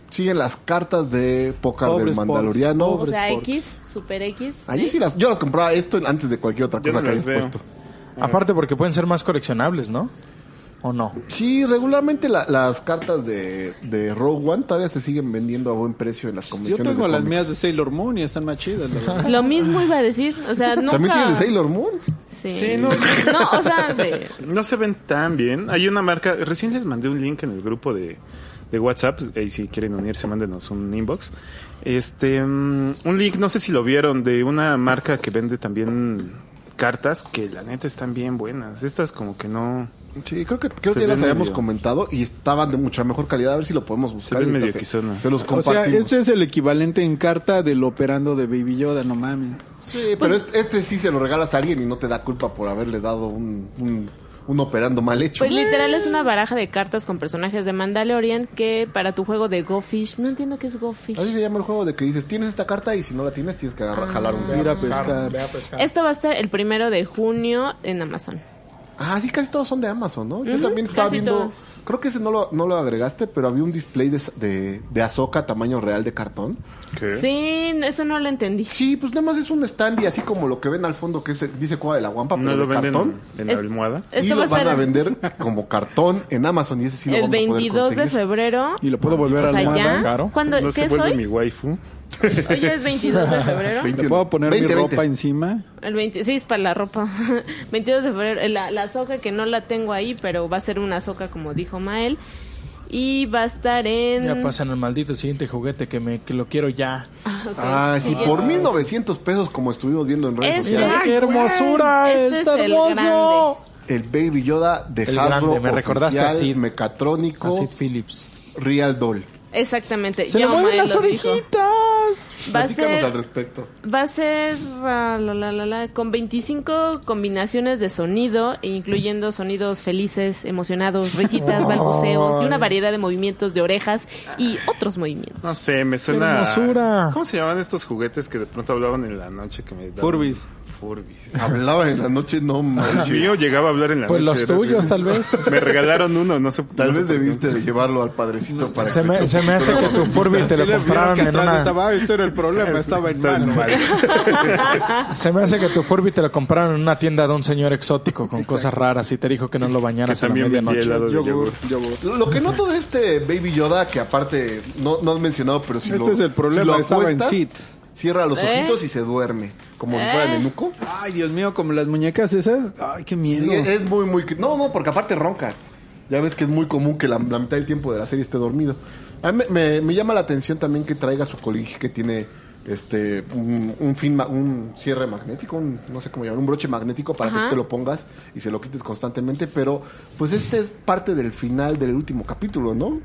S2: Siguen las cartas de póker del
S4: Pobres
S2: Mandaloriano.
S4: Pogs,
S1: O sea,
S4: Pobres
S1: X, Super X.
S2: Allí sí las, yo las compraba esto antes de cualquier otra
S5: Yo
S2: cosa
S5: no
S2: que
S5: las
S2: hayas
S5: veo.
S2: puesto.
S3: Aparte porque pueden ser más coleccionables, ¿no? ¿O no?
S2: Sí, regularmente la- las cartas de, de Rogue One todavía se siguen vendiendo a buen precio en las
S4: Yo
S2: convenciones.
S4: tengo
S2: de
S4: las
S2: cómics.
S4: mías de Sailor Moon y están más chidas. la verdad.
S1: Es Lo mismo iba a decir. O sea, nunca...
S2: También tienes de Sailor Moon.
S1: Sí.
S5: Sí,
S1: no.
S5: no.
S1: o sea, sí.
S5: No se ven tan bien. Hay una marca, recién les mandé un link en el grupo de, de WhatsApp, y si quieren unirse, mándenos un inbox. Este, mm, un link, no sé si lo vieron, de una marca que vende también cartas que la neta están bien buenas. Estas como que no...
S2: Sí, creo que, creo
S5: Se
S2: que ya las
S5: ven
S2: habíamos
S5: medio-
S2: comentado y estaban de mucha mejor calidad. A ver si lo podemos buscar.
S5: ven
S2: ahorita
S5: medio quizonas.
S2: se los
S4: O sea,
S2: compartimos.
S4: este es el equivalente en carta del operando de Baby Yoda, no mames.
S1: pues
S2: Sí, pero este, este sí se lo regalas a alguien y no te da culpa por haberle dado un, un, un operando mal hecho.
S1: Pues literal es una baraja de cartas con personajes de Mandalorian que para tu juego de Go Fish, no entiendo qué es Go Fish.
S2: Así se llama el juego de que dices, tienes esta carta y si no la tienes tienes que agarrar, jalar un
S3: Ve
S1: Ah.
S2: dedo.
S4: Mira, pescar.
S3: ve a pescar.
S1: Esto va a ser el primero de junio en Amazon.
S2: Ah, sí, casi todos son de Amazon, ¿no? Yo
S1: Ujú,
S2: también estaba
S1: casi
S2: viendo,
S1: todos.
S2: creo que ese no lo, no lo agregaste, pero había un display de, de, de Azoka tamaño real de cartón.
S5: ¿Qué?
S1: Sí, eso no lo entendí.
S2: Sí, pues nada más es un stand y así como lo que ven al fondo que es- dice Cueva de la Guampa, pero
S5: ¿No lo
S2: de
S5: venden
S2: cartón.
S5: en la
S1: Es-
S5: almohada?
S2: y
S1: Esto
S2: lo
S1: va a
S2: van a
S1: ser
S2: vender como cartón en Amazon y ese sí lo
S1: el
S2: vamos a poder
S1: 22 de
S2: conseguir.
S1: febrero.
S4: Y lo puedo volver
S1: Pues O
S4: a
S1: sea,
S4: almohada.
S1: ya.
S3: Caro.
S1: ¿Cuándo-
S5: No
S1: ¿Qué
S5: se
S1: es
S5: vuelve
S1: hoy?
S5: mi waifu.
S1: Hoy es 22 de febrero.
S2: 21.
S4: Le puedo poner
S2: 20,
S4: mi
S2: 20.
S4: ropa encima.
S1: El 20, sí, es para la ropa. 22 de febrero. Eh, La, la soca que no la tengo ahí, pero va a ser una soca como dijo Mael. Y va a estar en...
S3: Ya pasan el maldito siguiente juguete que me que lo quiero ya.
S1: Ah, ok.
S2: Ah, sí, por 1900 pesos como estuvimos viendo en redes
S1: Este-
S2: sociales.
S1: ¡Ay,
S3: ¡Qué hermosura!
S1: güey! Este
S3: ¡Está
S1: es el
S3: hermoso!
S2: El Baby Yoda de
S3: El
S2: Hasbro
S3: grande, me recordaste a
S2: oficial,
S3: Sid.
S2: mecatrónico,
S3: A Sid Phillips.
S2: Real Doll.
S1: Exactamente.
S3: ¡Se le
S1: Oh. ya
S3: mueven
S1: Mael
S3: las
S1: lo dijo.
S3: orejitas!
S1: Va a
S2: Platícanos al
S1: ser...
S2: respecto.
S1: Va a ser ah, la, la, la, la, con 25 combinaciones de sonido, e incluyendo sonidos felices, emocionados, risitas, balbuceos y una variedad de movimientos de orejas y otros movimientos.
S5: No sé, me suena. a-
S3: hermosura!
S5: ¿Cómo se llamaban estos juguetes que de pronto hablaban en la noche? Que me daban-
S4: Furbies.
S5: Furbies.
S2: Hablaba en la noche, no
S5: El
S2: manches.
S5: mío llegaba a hablar en la
S3: Pues los
S5: noche. era-
S3: tuyos, tal vez.
S5: Me regalaron uno, no sé.
S2: Tal
S5: no sé
S2: vez
S5: por qué.
S2: debiste de llevarlo al padrecito para
S3: Se
S2: que
S3: me,
S2: te-
S3: se me hace que tu Furby te
S4: Sí
S3: lo
S4: le vieron
S3: compraron
S4: que
S3: en
S4: atrás
S3: una...
S4: estaba, ah, esto era el problema, estaba en
S5: Está en
S4: mano.
S3: Se me hace que tu Furby te lo compraron en una tienda de un señor exótico con cosas raras y te dijo que no lo
S5: Que
S3: bañaras a la
S5: también vendía
S3: medianoche.
S5: helado de yogur.
S4: Yogur, yogur.
S2: Lo que noto de este Baby Yoda, que aparte no, no has mencionado, pero si lo
S4: Este es el problema,
S2: si lo
S4: estaba en
S2: acuestas,
S4: Sid.
S2: Cierra los
S1: ¿Eh?
S2: ojitos y se duerme, como si fuera
S1: ¿Eh?
S2: nenuco.
S4: Ay, Dios mío, como las muñecas esas. Ay, qué miedo.
S2: Sí, eh, es muy, muy... cr- No, no, porque aparte ronca. Ya ves que es muy común que la, la mitad del tiempo de la serie esté dormido. A mí me, me- me llama la atención también que traiga su colinge que tiene este un, un fin ma- un cierre magnético, un, no sé cómo llamar, un broche magnético para
S1: Ajá.
S2: que te lo pongas y se lo quites constantemente, pero pues este es parte del final del último capítulo, ¿no?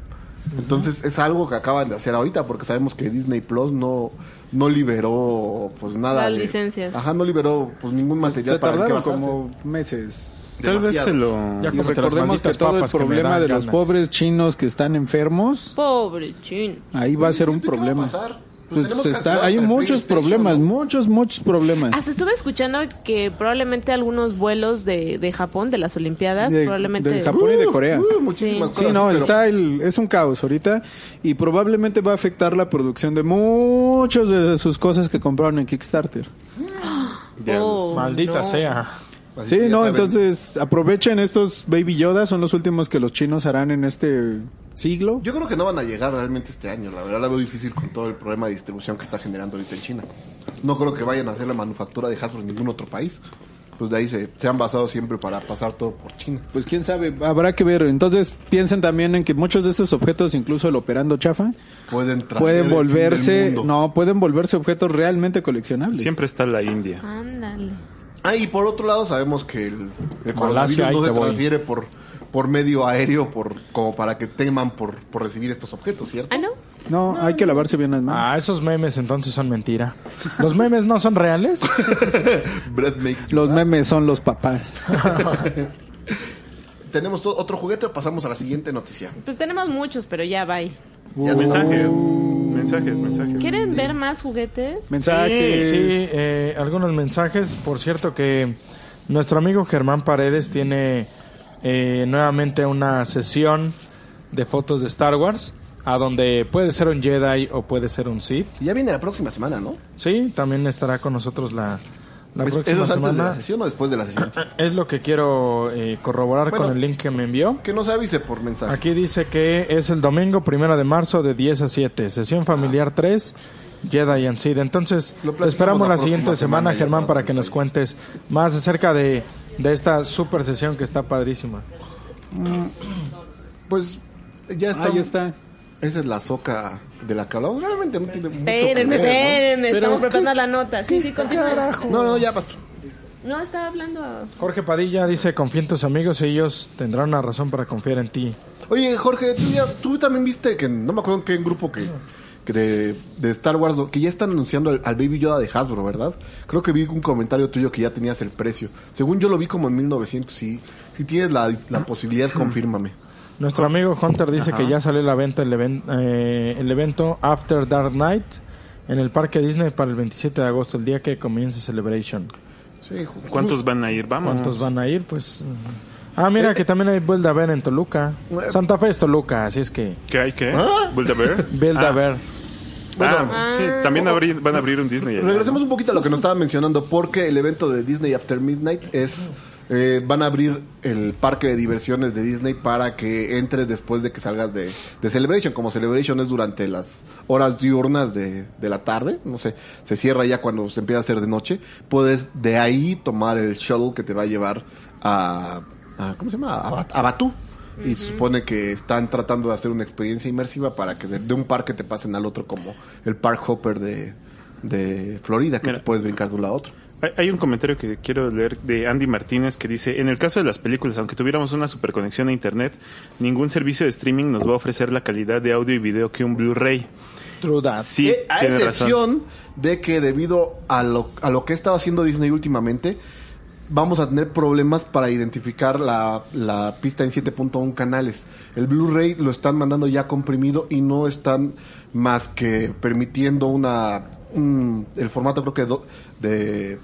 S2: Entonces es algo que acaban de hacer ahorita porque sabemos que Disney Plus no no liberó pues nada
S1: Las
S2: de-
S1: licencias.
S2: Ajá, no liberó pues ningún material
S4: Se
S2: para el que
S4: tardaron
S2: basarse.
S4: como meses.
S5: Tal vez se lo.
S3: Ya
S4: Y
S3: cómete las
S4: recordemos que
S3: malditas
S4: todo el
S3: papas que me
S4: problema
S3: dan
S4: de los
S3: ganas.
S4: pobres chinos que están enfermos,
S1: Pobre chin.
S4: ahí va a ser un
S2: ¿Qué va a
S4: problema.
S2: pasar? Pues
S4: Pues
S2: tenemos
S4: está,
S2: cancelado
S4: hay
S2: hasta el
S4: muchos
S2: PlayStation,
S4: problemas,
S2: ¿no?
S4: muchos, muchos
S2: Pues
S4: problemas.
S1: Hasta estuve escuchando que probablemente algunos vuelos de, de Japón, de las Olimpiadas,
S4: De-
S1: probablemente...
S4: de Japón y de Corea.
S2: Uh, muchísimas
S1: Sí.
S2: cosas,
S4: Sí, no,
S2: pero-
S4: está el, es un caos ahorita y probablemente va a afectar la producción de muchos de sus cosas que compraron en Kickstarter.
S5: Ya,
S1: Oh,
S3: Maldita
S1: no.
S3: sea.
S2: Así
S4: Sí,
S2: que ya
S4: no,
S2: saben.
S4: entonces aprovechen estos Baby Yoda, son los últimos que los chinos harán en este siglo.
S2: Yo creo que no van a llegar realmente este año. La verdad la veo difícil con todo el problema de distribución que está generando ahorita en China. No creo que vayan a hacer la manufactura de Hasbro en ningún otro país. Pues de ahí se, se han basado siempre para pasar todo por China.
S4: Pues quién sabe, habrá que ver. Entonces piensen también en que muchos de estos objetos, incluso el operando chafa,
S2: Pueden, traer el
S4: pueden
S2: fin del
S4: volverse,
S2: mundo.
S4: no, pueden volverse objetos realmente coleccionables.
S5: Siempre está la India.
S1: Ándale.
S2: Ah, y por otro lado sabemos que el, el coronavirus
S3: Malasia, ahí
S2: no se
S3: te voy.
S2: transfiere por, por medio aéreo por como para que teman por, por recibir estos objetos, ¿cierto?
S1: Ah, no.
S4: No, hay que lavarse bien las manos.
S3: Ah, esos memes entonces son mentira. ¿Los memes no son reales?
S2: Breath makes you
S4: Los
S2: laugh.
S4: memes son los papás.
S2: Tenemos to- otro juguete o pasamos a la siguiente noticia.
S1: Pues tenemos muchos, pero ya bye.
S2: Ya
S5: Mensajes.
S3: Uh.
S5: Mensajes, mensajes.
S1: ¿Quieren ver más juguetes?
S4: Mensajes.
S3: Sí, eh, algunos mensajes. Por cierto que nuestro amigo Germán Paredes tiene eh, nuevamente una sesión de fotos de Star Wars, a donde puede ser un Jedi o puede ser un Sith.
S2: Ya viene la próxima semana, ¿no?
S3: Sí, también estará con nosotros la, la
S2: ¿Es-
S3: próxima
S2: Pues, ¿Es antes de la
S3: semana.
S2: sesión o después de la sesión?
S3: Es lo que quiero eh, corroborar
S2: Bueno.
S3: con el link que me envió.
S2: que nos avise por mensaje.
S3: Aquí dice que es el domingo primero de marzo de 10 a 7, sesión familiar 3, Jedi and Seed. Entonces,
S2: Ah. Lo
S3: te esperamos
S2: platicamos la
S3: la,
S2: próxima
S3: siguiente semana,
S2: semana, ya
S3: Germán,
S2: más
S3: para que nos
S2: detalles.
S3: cuentes más acerca de, de esta super sesión que está padrísima.
S2: Pues ya está.
S4: Ahí está.
S2: Esa es la soca de la que hablamos. Realmente no tiene mucho que
S1: Espérenme,
S2: ver, ¿no?
S1: espérenme. Estamos
S3: Pero, ¿qué-
S1: preparando la nota. Sí, sí, continúa.
S2: ¿no? no, ya pasó.
S1: No, estaba hablando... a-
S3: Jorge Padilla dice, confía en tus amigos, ellos tendrán una razón para confiar en ti.
S2: Oye, Jorge, tú, ya- tú también viste que no me acuerdo en qué grupo que, que de, de Star Wars, que ya están anunciando al, al Baby Yoda de Hasbro, ¿verdad? Creo que vi un comentario tuyo que ya tenías el precio. Según yo lo vi como en 1900. Si, si tienes la, la posibilidad, confírmame.
S3: Nuestro amigo Hunter dice que ya salió a la venta el, even- eh, el evento After Dark Night en el Parque Disney para el 27 de agosto, el día que comience Celebration.
S2: Sí, ju-
S5: ¿Cuántos van a ir? Vamos.
S3: ¿Cuántos van a ir? Pues. eh. Ah, mira que también hay Build a Bear en Toluca. Santa Fe es Toluca, así es que.
S5: ¿Qué hay? ¿Qué?
S2: ¿Ah?
S5: ¿Build a Bear?
S3: Build a
S5: Ah,
S3: Bear.
S5: ah,
S2: Bueno.
S5: sí, también abrir- van a abrir un Disney. allá.
S2: Regresemos un poquito a lo que nos estaba mencionando, porque el evento de Disney After Midnight es... eh, van a abrir el parque de diversiones de Disney para que entres después de que salgas de, de Celebration. Como Celebration es durante las horas diurnas de, de la tarde, no sé, se cierra ya cuando se empieza a hacer de noche. Puedes de ahí tomar el shuttle que te va a llevar a... a- ¿Cómo se llama? A, Bat- a Batú. Y se supone que están tratando de hacer una experiencia inmersiva para que de, de un parque te pasen al otro, como el Park Hopper de, de Florida, que
S5: Mira.
S2: te puedes brincar de un lado a otro.
S5: Hay- Hay un comentario que quiero leer de Andy Martínez que dice, en el caso de las películas, aunque tuviéramos una superconexión a Internet, ningún servicio de streaming nos va a ofrecer la calidad de audio y video que un Blu-ray.
S3: True that.
S5: Sí,
S2: Eh, a
S5: tiene razón.
S2: excepción de que debido a lo, a lo que ha estado haciendo Disney últimamente, vamos a tener problemas para identificar la, la pista en 7.1 canales. El Blu-ray lo están mandando ya comprimido y no están más que permitiendo una un- el formato creo que do- de,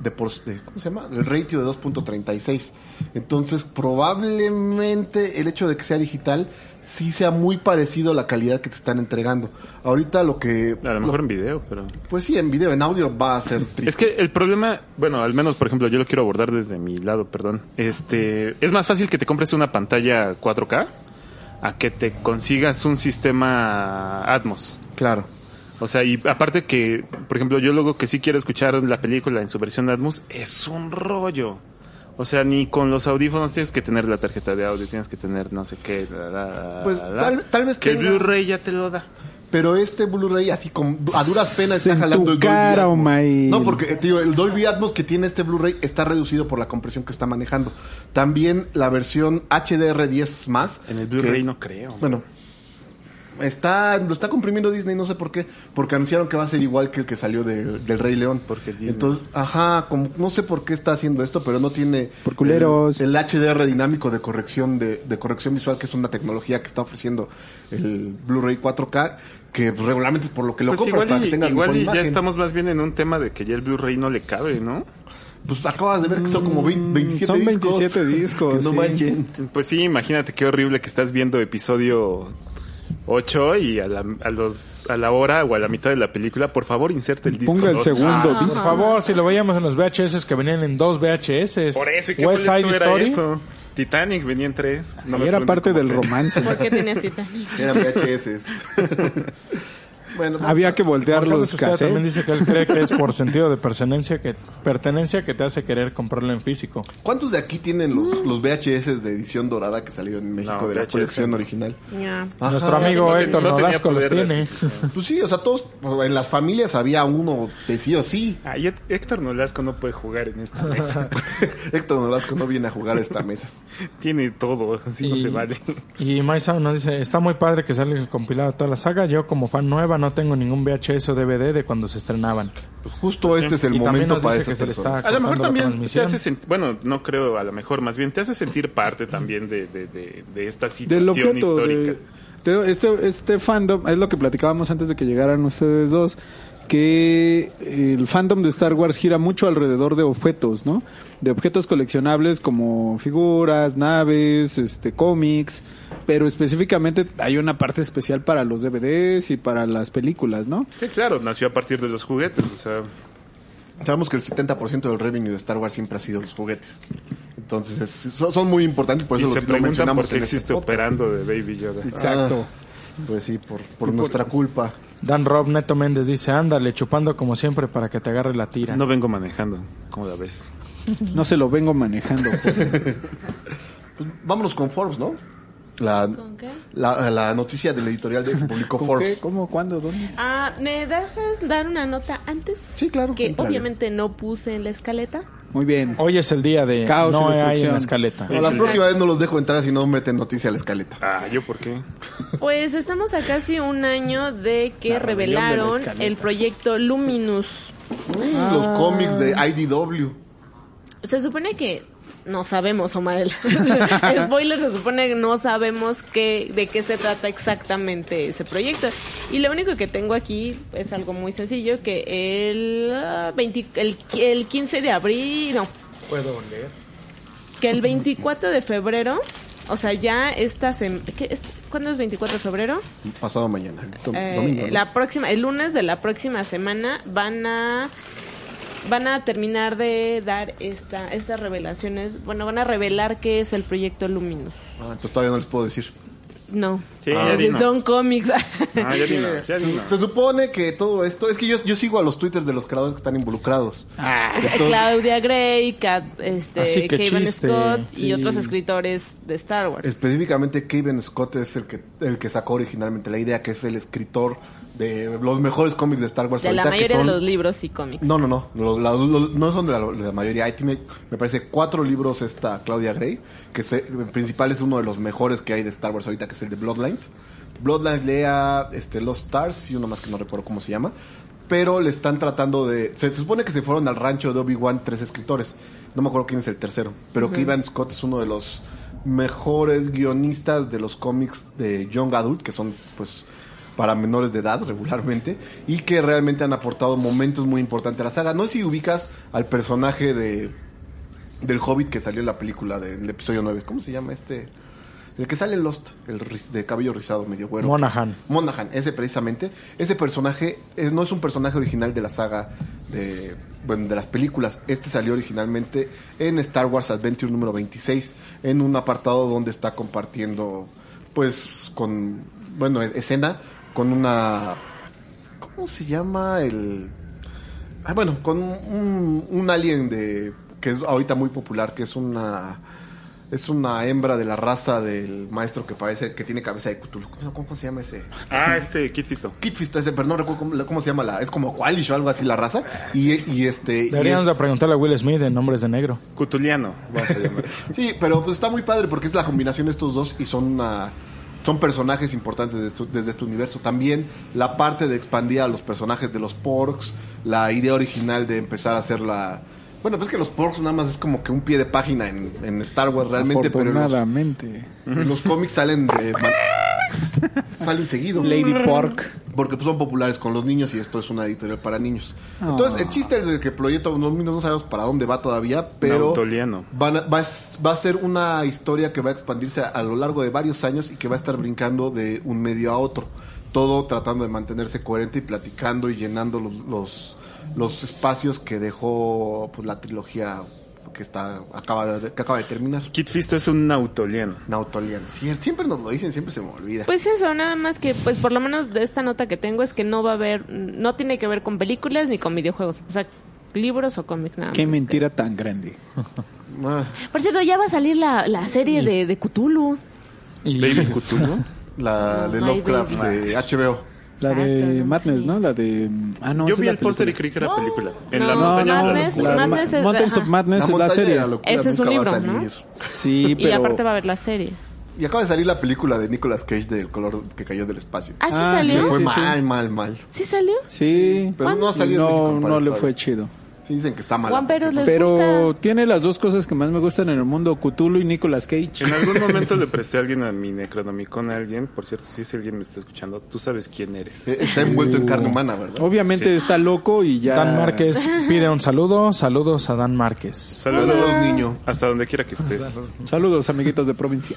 S2: de, por, de- ¿cómo se llama? El ratio de 2.36. Entonces, probablemente el hecho de que sea digital sí sea muy parecido a la calidad que te están entregando. Ahorita lo que
S5: A lo mejor en video, pero...
S2: pues sí, en video, en audio va a ser triste.
S5: Es que el problema, bueno, al menos por ejemplo yo lo quiero abordar desde mi lado, perdón. Este, es más fácil que te compres una pantalla 4K a que te consigas un sistema Atmos.
S2: Claro.
S5: O sea, y aparte que, por ejemplo, yo luego que sí quiero escuchar la película en su versión Atmos, es un rollo. O sea, ni con los audífonos tienes que tener la tarjeta de audio, tienes que tener no sé qué. la, la, la,
S2: Pues,
S5: la,
S2: tal- tal vez
S5: que el
S2: tenga.
S5: Blu-ray ya te lo da.
S2: Pero este Blu-ray así con a duras penas está
S4: En tu
S2: jalando el Dolby
S4: cara,
S2: Atmos.
S4: Omael.
S2: No, porque eh, tío, el Dolby Atmos que tiene este Blu-ray está reducido por la compresión que está manejando. También la versión HDR10 más
S5: En el
S2: que
S5: Blu-ray
S2: es-
S5: no creo.
S2: Bueno, está lo está comprimiendo Disney, no sé por qué, porque anunciaron que va a ser igual que el que salió de- del Rey León.
S5: Porque Disney.
S2: Entonces, ajá, como- no sé por qué está haciendo esto, pero no tiene
S4: Por culeros.
S2: El, el HDR dinámico de corrección de, de corrección visual, que es una tecnología que está ofreciendo el Blu-ray 4K, que regularmente es por lo que lo
S5: Pues
S2: compras para
S5: igual,
S2: que
S5: y,
S2: tengas
S5: igual
S2: mejor
S5: y ya
S2: imagen.
S5: estamos más bien en un tema de que ya el Blu-ray no le cabe, ¿no?
S2: Pues acabas de ver que Mm, son como vein- 27
S4: son
S2: discos.
S4: 27 discos,
S2: Que no
S4: sí.
S2: manchen.
S5: Pues sí, imagínate qué horrible que estás viendo episodio 8 y a la, a los, a la hora o a la mitad de la película, por favor, inserte el disco.
S4: Ponga el
S5: dos.
S4: segundo
S3: Por
S4: disco.
S3: favor, si lo veíamos en los VHS que venían en dos VHS.
S5: Por eso, ¿y qué
S3: West Side
S5: molesto era
S3: Story.
S5: eso? Titanic venía en tres. No me
S4: Y era
S5: pregunten
S4: parte
S5: cómo
S4: del
S5: se-
S4: romance.
S1: ¿Por qué tenías cita?
S2: Eran VHS. bueno, pues,
S4: Había que voltear
S3: Juan Carlos
S4: los
S3: Estrada también
S4: cassettes.
S3: dice que él cree que es por sentido de pertenencia que, pertenencia que te hace querer comprarlo en físico.
S2: ¿Cuántos de aquí tienen los, los VHS de edición dorada que salieron en México
S5: No,
S2: de la
S5: VHS.
S2: colección original?
S1: Ya.
S2: Ajá.
S3: Nuestro amigo
S5: No,
S3: Héctor
S5: no tenía
S3: Nolasco los
S5: poder de
S3: tiene.
S2: Pues sí, o sea, todos en las familias había uno de sí o sí.
S5: Ah, y Hé- Héctor Nolasco no puede jugar en esta mesa.
S2: Héctor Nolasco no viene a jugar a esta mesa.
S5: Tiene todo, así no se vale.
S3: Y Maisa nos dice, está muy padre que salga el compilado de toda la saga. Yo como fan nueva no tengo ningún VHS o DVD de cuando se estrenaban.
S2: Pues justo este es el
S3: Y también
S2: momento
S3: nos
S2: para
S3: dice
S2: esas
S3: que se le
S2: personas.
S3: está-
S5: A lo mejor
S3: cortando la
S5: también te
S3: transmisión.
S5: hace sentir, bueno, no creo, a lo mejor más bien te hace sentir parte también de, de, de, de esta
S4: Del
S5: situación
S4: objeto.
S5: histórica.
S4: de- de- este, este fandom es lo que platicábamos antes de que llegaran ustedes dos. Que eh, el fandom de Star Wars gira mucho alrededor de objetos, ¿no? De objetos coleccionables como figuras, naves, este, cómics. Pero específicamente hay una parte especial para los DVDs y para las películas, ¿no?
S5: Sí, claro, nació a partir de los juguetes, o sea,
S2: Sabemos que el 70% del revenue de Star Wars siempre ha sido los juguetes. Entonces es- son, son muy importantes, por
S5: y
S2: eso lo,
S5: se
S2: lo
S5: preguntan
S2: mencionamos
S5: por qué
S2: en este
S5: existe
S2: podcast.
S5: operando de Baby Yoda.
S4: Exacto.
S2: Ah, pues sí, por, por nuestra culpa.
S3: Dan Rob Neto Méndez dice, ándale, chupando como siempre para que te agarre la tira.
S5: No vengo manejando, ¿cómo la ves?
S4: No se lo vengo manejando.
S2: Pues, vámonos con Forbes, ¿no? La,
S6: qué?
S2: La, la noticia del editorial de que publicó
S4: ¿Con
S2: Forbes.
S4: qué? ¿Cómo? ¿Cuándo? ¿Dónde?
S1: Ah, ¿Me dejas dar una nota antes?
S2: Sí, claro,
S1: Que
S2: entrale.
S1: obviamente no puse en la escaleta.
S4: Muy bien.
S3: Hoy es el día de
S4: Caos y
S3: no hay
S4: destrucción.
S3: una escaleta.
S2: No, la próxima vez no los dejo entrar si no meten noticia a la escaleta.
S5: Ah, ¿yo por qué?
S1: Pues estamos a casi un año de que
S4: La rebelión de la
S1: revelaron
S4: escaleta.
S1: el proyecto Luminous.
S2: Los cómics de IDW.
S1: Se supone que no sabemos, Omael. Spoiler, se supone que no sabemos qué, de qué se trata exactamente ese proyecto. Y lo único que tengo aquí es algo muy sencillo, que el, ah, 20 el, el 15 de abril, no,
S3: Puedo leer.
S1: que el 24 de febrero, o sea, ya esta semana... ¿Cuándo es 24 de febrero?
S2: Pasado mañana. dom-
S1: Eh,
S2: domingo, ¿no?
S1: la próxima el lunes de la próxima semana van a van a terminar de dar esta estas revelaciones bueno van a revelar qué es el proyecto Luminous
S2: Ah, entonces todavía no les puedo decir.
S1: no Ah,
S5: Sí,
S1: Es
S5: ya
S1: decir,
S5: dinos.
S1: son cómics
S5: Ah, ya dinos, ya
S2: Se-
S5: dinos.
S2: Se supone que todo esto. Es que yo, yo sigo a los twitters de los creadores que están involucrados.
S1: Ah,
S2: Entonces,
S1: Claudia Gray Kat, este
S2: Ah,
S3: Así que
S1: Kevin
S3: chiste,
S1: Scott y
S3: sí.
S1: otros escritores de Star Wars
S2: Específicamente, Kevin Scott es el que, el que sacó originalmente la idea, que es el escritor de los mejores cómics de Star Wars.
S1: de la
S2: ahorita, que
S1: mayoría de
S2: son-
S1: los libros y cómics
S2: No, no, no. Lo- la- lo- no son de la, de la mayoría. Ahí tiene, me parece, cuatro libros esta Claudia Gray, que se- en principal es uno de los mejores que hay de Star Wars ahorita, que es el de Bloodlines. Bloodlines lea este, Lost Stars y uno más que no recuerdo cómo se llama. Pero le están tratando de... Se, se supone que se fueron al rancho de Obi-Wan tres escritores. No me acuerdo quién es el tercero. Pero que Ivan Scott es uno de los mejores guionistas de los cómics de Young Adult, que son pues para menores de edad regularmente y que realmente han aportado momentos muy importantes a la saga. No sé si ubicas al personaje de del Hobbit que salió en la película del episodio 9. ¿Cómo se llama este? El que sale en Lost, el riz- de cabello rizado medio güero.
S3: Monaghan.
S2: Monaghan, ese precisamente. Ese personaje eh, no es un personaje original de la saga de, bueno, de las películas. Este salió originalmente en Star Wars Adventure número 26, en un apartado donde está compartiendo, pues, con, bueno, es- escena con una... ¿Cómo se llama el...? Ah, bueno, con un, un alien de que es ahorita muy popular, que es una es una hembra de la raza del maestro que parece que tiene cabeza de Cthulhu. ¿Cómo, cómo se llama ese?
S5: Ah, este Kit Fisto.
S2: Kit Fisto, ese, pero no recuerdo cómo, cómo se llama la. Es como Qualish o algo así la raza. Y, y este. y
S3: Deberíamos
S2: es-
S3: de preguntarle a Will Smith en Nombres de Negro.
S5: Cutuliano, vamos a llamar.
S2: Sí, pero pues está muy padre porque es la combinación de estos dos y son una- son personajes importantes desde, su- desde este universo. También la parte de expandir a los personajes de los porks, la idea original de empezar a hacer la... Bueno, pues que los porks nada más es como que un pie de página en, en Star Wars realmente, pero en los,
S4: Afortunadamente.
S2: en los cómics salen de... salen seguido.
S4: Lady Pork.
S2: Porque pues, son populares con los niños y esto es una editorial para niños. Entonces, el
S4: Ah.
S2: chiste es de que Proyecto Dominos no sabemos para dónde va todavía, pero
S5: Nautoliano.
S2: van a- va, a s- va a ser una historia que va a expandirse a, a lo largo de varios años y que va a estar brincando de un medio a otro. Todo tratando de mantenerse coherente y platicando y llenando los, los, los espacios que dejó pues, la trilogía que está acaba de, que acaba de terminar.
S5: Kit Fisto es un nautoliano.
S2: Nautolian. Sie- Siempre nos lo dicen, siempre se me olvida.
S1: Pues eso, nada más que, pues por lo menos de esta nota que tengo es que no va a haber, no tiene que ver con películas ni con videojuegos, o sea, libros o cómics nada
S4: Qué
S2: pues,
S1: más.
S4: mentira tan grande.
S2: Ah,
S1: Por cierto, ya va a salir la, la serie de, de Cthulhu.
S3: Y
S5: Baby Cthulhu.
S2: la de
S1: Ay,
S2: Lovecraft
S1: baby.
S2: de HBO.
S4: La
S1: Exacto,
S4: de
S1: no
S4: Madness,
S1: sé.
S4: ¿no? La de. Ah, no.
S5: Yo
S4: esa
S5: vi
S4: es
S5: el
S4: la
S5: póster y
S4: película.
S5: creí que era película. En
S1: No,
S5: la
S1: No,
S5: montaña de la
S1: Madness-
S5: locura.
S1: Madness- es de-
S4: Mountains of
S1: ajá.
S4: Madness
S2: La
S4: es la
S2: montaña de
S4: serie.
S2: la locura
S1: Ese es un
S2: nunca va a
S1: libro, ¿no?
S2: salir.
S4: Sí, pero.
S1: Y aparte va a haber la serie.
S2: Y acaba de salir la película de Nicolas Cage del color que cayó del espacio.
S1: Ah, ¿sí
S4: Ah,
S2: Se
S1: salió?
S2: fue
S4: sí, sí.
S2: mal, mal, mal.
S1: ¿Sí salió?
S4: Sí.
S2: Pero no ha
S4: Y
S2: salido en México,
S4: No,
S2: al
S4: no le
S2: parecer.
S4: fue chido.
S2: Sí, dicen que está mal.
S1: Juan Pérez les
S4: Pero
S1: gusta.
S4: tiene las dos cosas que más me gustan en el mundo: Cthulhu y Nicolas Cage.
S5: En algún momento le presté a alguien a mi Necronomicon a alguien. Por cierto, si ese alguien me está escuchando, tú sabes quién eres.
S2: Eh, Está envuelto en carne humana, ¿verdad?
S5: Sí.
S4: Obviamente está loco y ya.
S3: Dan Márquez pide un saludo. Saludos a Dan Márquez.
S5: Saludos,
S2: Saludos,
S5: niño.
S2: niño.
S5: Hasta donde quiera que estés.
S4: Saludos, amiguitos de provincia.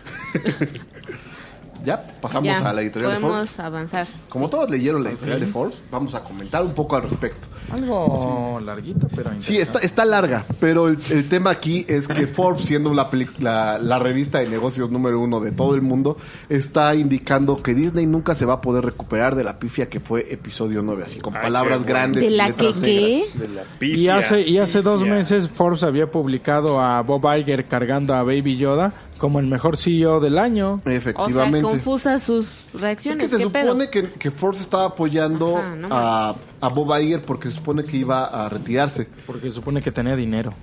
S4: Oh.
S2: Ya pasamos
S1: Ya,
S2: a la editorial de
S1: podemos
S2: Forbes.
S1: avanzar.
S2: Como todos leyeron la editorial de Forbes, vamos a comentar un poco al respecto.
S3: Algo larguito, pero
S2: Sí, está, está larga, pero el, el tema aquí es que Forbes, siendo la, peli- la, la revista de negocios número uno de todo el mundo, está indicando que Disney nunca se va a poder recuperar de la pifia que fue episodio 9, así con
S5: Ay,
S2: palabras
S5: qué bueno.
S2: grandes.
S1: ¿De
S2: y
S1: la
S2: letras
S1: que qué?
S2: negras.
S5: De la pifia.
S3: Y hace, y hace dos
S5: Pifia.
S3: meses Forbes había publicado a Bob Iger cargando a Baby Yoda como el mejor CEO del año.
S1: O sea,
S2: Efectivamente.
S1: confusa sus
S2: es
S1: reacciones.
S2: que se
S1: ¿Qué pedo?
S2: supone que, que Forbes estaba apoyando
S1: Ajá, no
S2: a, a Bob Iger porque se supone que iba a retirarse.
S3: Porque supone que tenía dinero.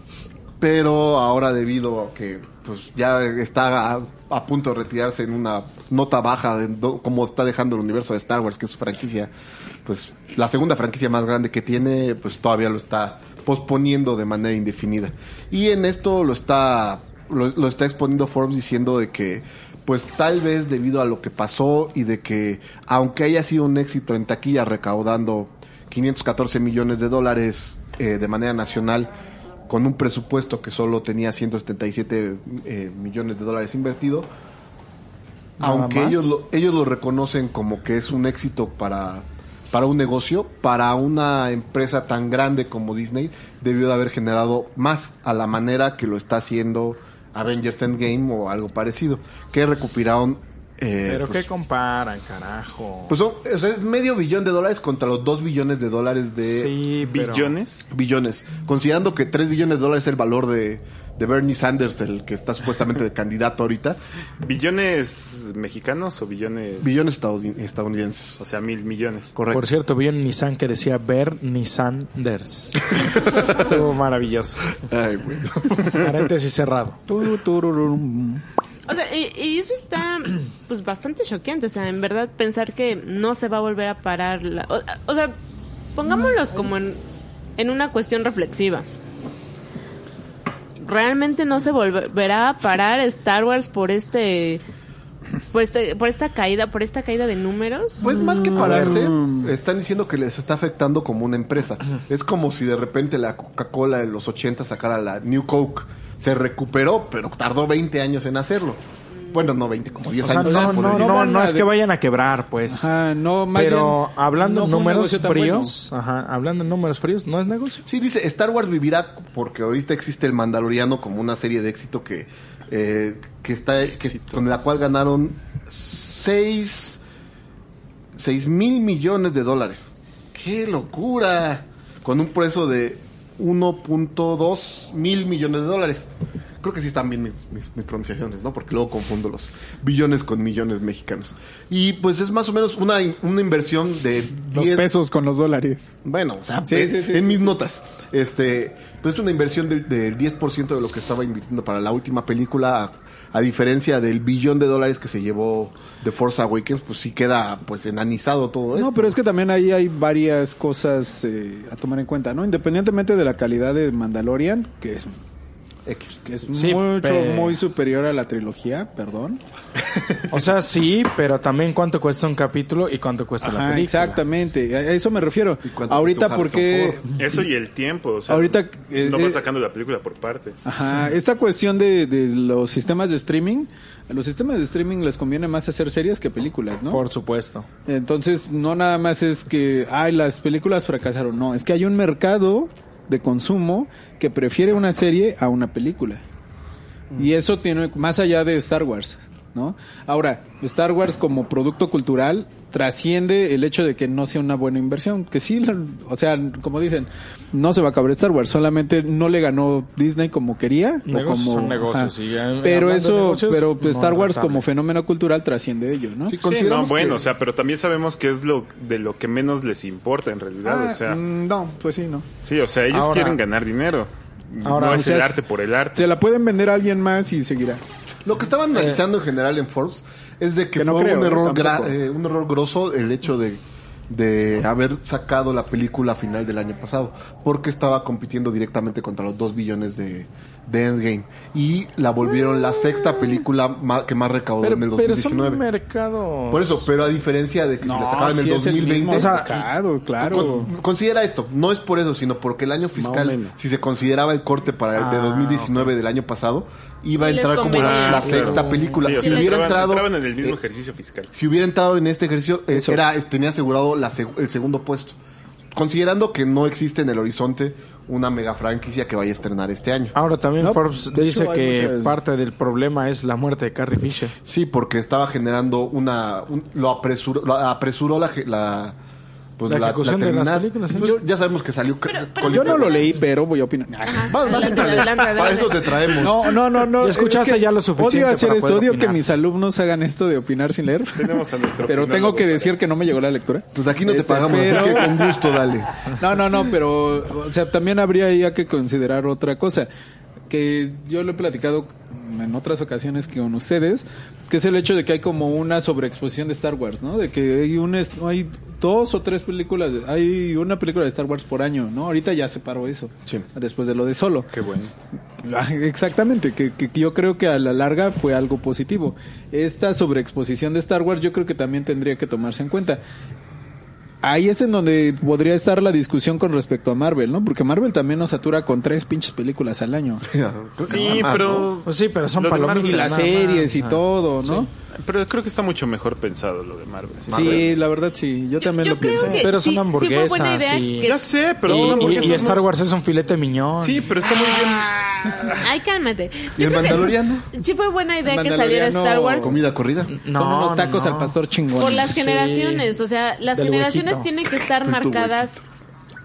S2: pero ahora debido a que pues ya está a, a punto de retirarse en una nota baja de do- cómo está dejando el universo de Star Wars, que es su franquicia, pues la segunda franquicia más grande que tiene, pues todavía lo está posponiendo de manera indefinida. Y en esto lo está lo, lo está exponiendo Forbes diciendo de que pues tal vez debido a lo que pasó y de que aunque haya sido un éxito en taquilla recaudando 514 millones de dólares eh, de manera nacional con un presupuesto que solo tenía 177 eh, millones de dólares invertido,
S4: Nada
S2: aunque
S4: más.
S2: ellos lo, ellos lo reconocen como que es un éxito para, para un negocio, para una empresa tan grande como Disney, debió de haber generado más a la manera que lo está haciendo Avengers Endgame o algo parecido, que recuperaron... eh,
S3: Pero
S2: pues,
S3: qué comparan, carajo.
S2: pues son- o sea, es medio billón de dólares contra los 2 billones de dólares de...
S3: sí, pero-
S5: billones.
S2: billones. Considerando que 3 billones de dólares es el valor de, de Bernie Sanders, el que está supuestamente de candidato ahorita,
S5: ¿Billones mexicanos o billones?
S2: billones estadouni- estadounidenses.
S5: O sea, mil millones.
S2: Correcto.
S3: Por cierto, vi un Nissan que decía Bernie Sanders. Estuvo maravilloso.
S2: Ay, güey.
S3: Paréntesis cerrado.
S4: Turu, tururum.
S1: O sea, y, y eso está pues bastante choqueante. O sea, en verdad pensar que no se va a volver a parar la... O, o sea, pongámoslos como en, en una cuestión reflexiva. Realmente no se volverá a parar Star Wars por este... Por, este, por esta caída, por esta caída de números.
S2: Pues más
S3: Mm.
S2: que pararse, están diciendo que les está afectando como una empresa. Es como si de repente la Coca-Cola de los 80 sacara la New Coke. Se recuperó, pero tardó 20 años en hacerlo. Bueno, no 20, como 10
S3: O sea,
S2: años. para
S3: no,
S2: poder-
S3: no,
S4: no
S3: no,
S4: van
S3: no
S4: a
S3: es
S4: de-
S3: que vayan a quebrar, pues.
S4: Ajá, Ah, no, más
S3: Pero
S4: bien,
S3: hablando
S4: no
S3: en
S4: fue un
S3: números
S4: negocio tan bueno.
S3: fríos, ajá, hablando en números fríos, no es negocio.
S2: Sí, dice, Star Wars vivirá porque ahorita existe el Mandaloriano como una serie de éxito que, eh, que está que- con la cual ganaron 6 seis mil millones de dólares. ¡Qué locura! Con un precio de 1.2 mil millones de dólares. Creo que sí están bien mis, mis- mis pronunciaciones, ¿no? Porque luego confundo los billones con millones mexicanos. Y pues es más o menos una, in- una inversión de
S4: Los
S2: 10
S4: pesos con los dólares.
S2: bueno, o sea,
S4: Sí,
S2: en,
S4: sí, sí,
S2: en
S4: sí,
S2: mis notas. Este, pues es una inversión del del 10% de lo que estaba invirtiendo para la última película, a, a diferencia del billón de dólares que se llevó The Force Awakens, pues sí queda pues enanizado todo esto.
S4: No, pero es que también ahí hay varias cosas eh, a tomar en cuenta, ¿no? Independientemente de la calidad de Mandalorian, que es,
S2: X.
S4: que es
S3: Sí,
S4: mucho,
S3: pe-
S4: muy superior a la trilogía, perdón.
S3: O sea, sí, pero también cuánto cuesta un capítulo y cuánto cuesta la
S4: Ajá,
S3: película.
S4: exactamente, a eso me refiero.
S2: ¿Y cuánto
S4: Ahorita
S2: costó
S4: porque...
S2: Harrison
S5: Eso y el tiempo. O sea,
S4: Ahorita, eh,
S5: no vas
S4: eh,
S5: sacando la película por partes.
S4: Ajá, esta cuestión de, de los sistemas de streaming, a los sistemas de streaming les conviene más hacer series que películas, ¿no?
S3: Por supuesto.
S4: Entonces, no nada más es que, ay, las películas fracasaron. No, es que hay un mercado de consumo que prefiere una serie a una película.
S3: Mm.
S4: Y eso tiene más allá de Star Wars, ¿no? Ahora, Star Wars como producto cultural trasciende el hecho de que no sea una buena inversión, que sí, la- o sea, como dicen, no se va a acabar Star Wars, solamente no le ganó Disney como quería, o
S3: Negocios
S4: como-
S3: son negocios, y ya- hablando
S4: pero
S3: de
S4: eso,
S3: negocios,
S4: pero pues,
S3: no
S4: Star Wars
S3: rentable.
S4: como fenómeno cultural trasciende ello, ¿no?
S2: Sí,
S5: Sí, no,
S2: consideramos que-
S5: bueno, o sea, pero también sabemos que es lo de lo que menos les importa en realidad.
S4: Ah,
S5: o sea,
S4: mm, no, pues sí, no.
S5: sí, o sea, ellos
S3: ahora-
S5: quieren ganar dinero.
S3: ahora,
S5: no
S3: o
S5: es
S3: sea,
S5: el
S3: es-
S5: arte por el arte.
S4: Se la pueden vender a alguien más y seguirá.
S2: Lo que estaban analizando en general en Forbes es de que,
S4: Eh, Que no
S2: fue
S4: creo,
S2: un
S4: ¿no?
S2: error gra-
S4: Tampoco.
S2: eh, un error grosso el hecho de de haber sacado la película final del año pasado, porque estaba compitiendo directamente contra los 2 billones de, de Endgame y la volvieron la sexta película ma- que más recaudó
S3: Pero,
S2: en el
S3: pero son
S2: 2019.
S3: mercados.
S2: Por eso, pero a diferencia de que si la sacaban en
S4: sí
S2: el
S4: es el
S2: 2020,
S4: mismo
S3: o sea,
S4: mercado, claro.
S2: Con- considera esto, no es por eso, sino porque el año
S4: Más o
S2: fiscal,
S4: menos.
S2: si se consideraba el corte para el de
S3: Ah,
S2: 2019 del año pasado, iba a
S1: Sí les
S2: entrar como
S1: convenía.
S2: la,
S5: Ah,
S2: la
S5: claro.
S2: sexta película.
S5: Sí, o
S2: si
S5: sea,
S2: hubiera
S5: entraban-
S2: entrado,
S5: entraban en el mismo
S2: eh,
S5: ejercicio fiscal.
S2: si hubiera entrado en este ejercicio, eh,
S4: Eso.
S2: era, es- tenía asegurado la seg- el segundo puesto. Considerando que no existe en el horizonte una mega franquicia que vaya a estrenar este año.
S3: Ahora también
S4: No,
S3: Forbes
S4: de
S3: dice
S4: hecho, hay
S3: que
S4: muchas-
S3: parte del problema es la muerte de Carrie Fisher.
S2: Sí, porque estaba generando una... un- lo apresuró, lo apresuró la... ge- la pues
S3: La
S2: la, la
S3: ejecución de las
S2: terminal.
S3: películas, sí.
S2: Pues, ya sabemos que salió
S1: Pero- pero
S2: Colin
S4: Yo no lo
S2: Farrell.
S4: leí, pero voy a opinar.
S3: Ah,
S2: Vas, vas,
S1: Adelante,
S2: éntrale.
S1: adelante,
S2: Para
S1: adelante.
S2: eso te traemos.
S4: No, no, no, no.
S3: Ya pues, escuchaste
S4: es que
S3: ya lo suficiente
S4: Odio hacer
S3: para
S4: esto,
S3: poder
S4: odio que
S3: opinar.
S4: mis alumnos hagan esto de opinar sin leer.
S5: Tenemos a nuestro
S4: Pero
S5: opinólogo
S4: tengo que decir
S5: Fares.
S4: que no me llegó la lectura.
S2: Pues aquí no te
S4: Este,
S2: pagamos, así
S4: pero-
S2: que con gusto dale.
S4: No, no, no, pero o sea, también habría ahí que considerar otra cosa. que yo lo he platicado en otras ocasiones que con ustedes, que es el hecho de que hay como una sobreexposición de Star Wars, ¿no? De que hay un est- hay dos o tres películas, hay una película de Star Wars por año, ¿no? Ahorita ya se paró eso.
S2: Sí.
S4: Después de lo de Solo.
S5: Qué bueno.
S4: Ah, Exactamente, que, que yo creo que a la larga fue algo positivo. Esta sobreexposición de Star Wars yo creo que también tendría que tomarse en cuenta. Ahí es en donde podría estar la discusión con respecto a Marvel, ¿no? Porque Marvel también nos satura con tres pinches películas al año.
S2: Creo que
S5: Sí,
S2: nada más, ¿no?
S5: pero.
S3: Pues sí, pero son
S5: Lo de Marvel
S3: palomitas.
S4: Y las
S3: nada más,
S4: series y
S3: o sea.
S4: todo, ¿no?
S5: Pero creo que está mucho mejor pensado lo de Marvel.
S4: Sí,
S5: Marvel.
S4: la verdad sí, yo también
S1: yo
S4: lo
S1: creo
S4: pienso.
S1: que
S3: Pero son
S1: sí- sí fue buena
S3: hamburguesas
S1: idea
S3: y-
S1: que-
S5: Ya sé, pero
S3: Y-
S5: son
S3: y,
S5: hamburguesas
S3: y Star
S5: muy-
S3: Wars es un filete miñón.
S5: Sí, pero está muy
S1: Ah.
S5: bien.
S1: Ay, cálmate.
S2: ¿Y
S1: Yo
S2: el
S1: creo que
S2: Mandaloriano?
S1: Sí fue buena idea
S4: El
S1: que saliera
S4: Mandaloriano-
S1: Star Wars
S2: Comida corrida.
S3: No,
S4: Son unos tacos
S3: no, no.
S4: al pastor chingón.
S1: por las
S3: Sí.
S1: generaciones. O sea, las
S3: Del
S1: generaciones
S3: huequito.
S1: tienen que estar
S2: tu
S1: marcadas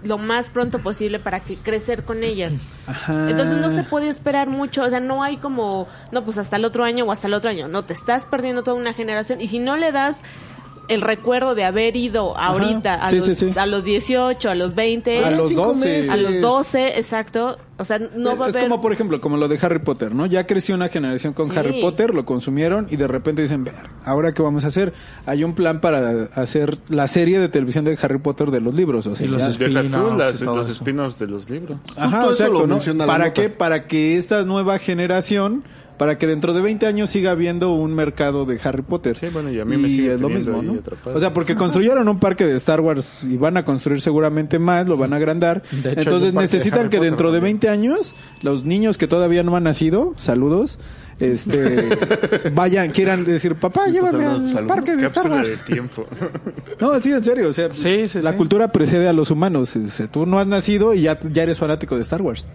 S1: lo más pronto posible para que crecer con ellas.
S4: Ajá.
S1: Entonces no se puede esperar mucho, o sea, no hay como, no, pues hasta el otro año o hasta el otro año, no, te estás perdiendo toda una generación y si no le das el recuerdo de haber ido ahorita a,
S4: Sí,
S1: los,
S4: sí, sí.
S1: a los 18, a los 20,
S4: A los
S2: Cinco
S4: 12.
S2: meses.
S1: Eh, a los 12, exacto, o sea, no
S4: es,
S1: va a
S4: Eh, es
S1: haber...
S4: como, por ejemplo, como lo de Harry Potter, ¿no? Ya creció una generación con
S1: Sí.
S4: Harry Potter, lo consumieron y de repente dicen, ver, ¿ahora qué vamos a hacer? Hay un plan para hacer la serie de televisión de Harry Potter de los libros, o sea,
S3: Y los
S4: ya-
S3: es-
S5: Deja tú
S3: Spin-offs
S5: las-
S3: y todo
S5: los
S3: eso.
S5: spin-offs de los libros.
S4: Ajá,
S2: Justo eso
S4: exacto,
S2: lo
S4: ¿no?
S2: menciona la
S4: ¿Para
S2: nota.
S4: qué? Para que esta nueva generación, para que dentro de 20 años siga habiendo un mercado de Harry Potter.
S5: Sí, bueno, y a mí me sigue
S4: es lo
S5: teniendo
S4: mismo,
S5: ahí
S4: ¿no?
S5: atrapado.
S4: O sea, porque construyeron un parque de Star Wars y van a construir seguramente más, lo van a agrandar.
S3: De hecho, hay un
S4: Entonces
S3: parque de
S4: necesitan
S3: Harry
S4: que
S3: Potter
S4: dentro de
S3: también.
S4: 20 años los niños que todavía no han nacido, saludos, este vayan, quieran decir, "Papá,
S2: Pues,
S4: llévame
S2: hablando de tus
S4: al
S2: alumnos?
S4: parque de Star
S5: Cápsula de
S4: Wars."
S5: tiempo.
S4: No, sí, en serio, o sea,
S3: Sí, sí,
S4: la
S3: sí.
S4: cultura precede a los humanos. O sea, tú no has nacido y ya, ya eres fanático de Star Wars.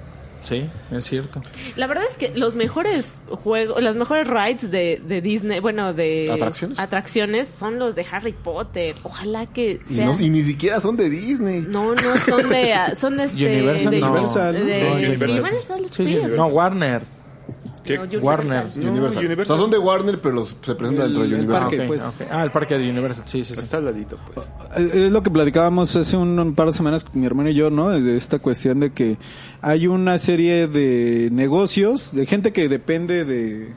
S3: Sí, es cierto.
S1: La verdad es que los mejores juegos, las mejores rides de, de Disney, bueno, de
S2: ¿Atracciones?
S1: atracciones son los de Harry Potter. Ojalá que
S2: Y,
S1: sean-
S2: no- y ni siquiera son de Disney.
S1: No, no, son de. ah, Son de este,
S3: Universal,
S1: de,
S3: no.
S1: Universal.
S4: Universal, ¿no?
S1: de-
S5: No,
S1: sí,
S5: Universal.
S1: Universal,
S3: Sí,
S1: sí.
S3: sí, No, Warner.
S5: ¿Qué?
S1: No, Universal.
S3: Warner.
S5: No,
S2: Universal.
S5: Universal.
S2: O sea, son de Warner, pero los- se presentan
S4: El-
S2: dentro de
S4: el
S3: Ah,
S2: Universal.
S4: parque.
S3: ok,
S4: pues.
S3: ok. Ah, el parque de Universal, sí, sí, sí.
S5: Está al ladito, pues.
S4: Eh, Es lo que platicábamos hace un, un par de semanas con mi hermano y yo, ¿no? De esta cuestión de que hay una serie de negocios, de gente que depende de,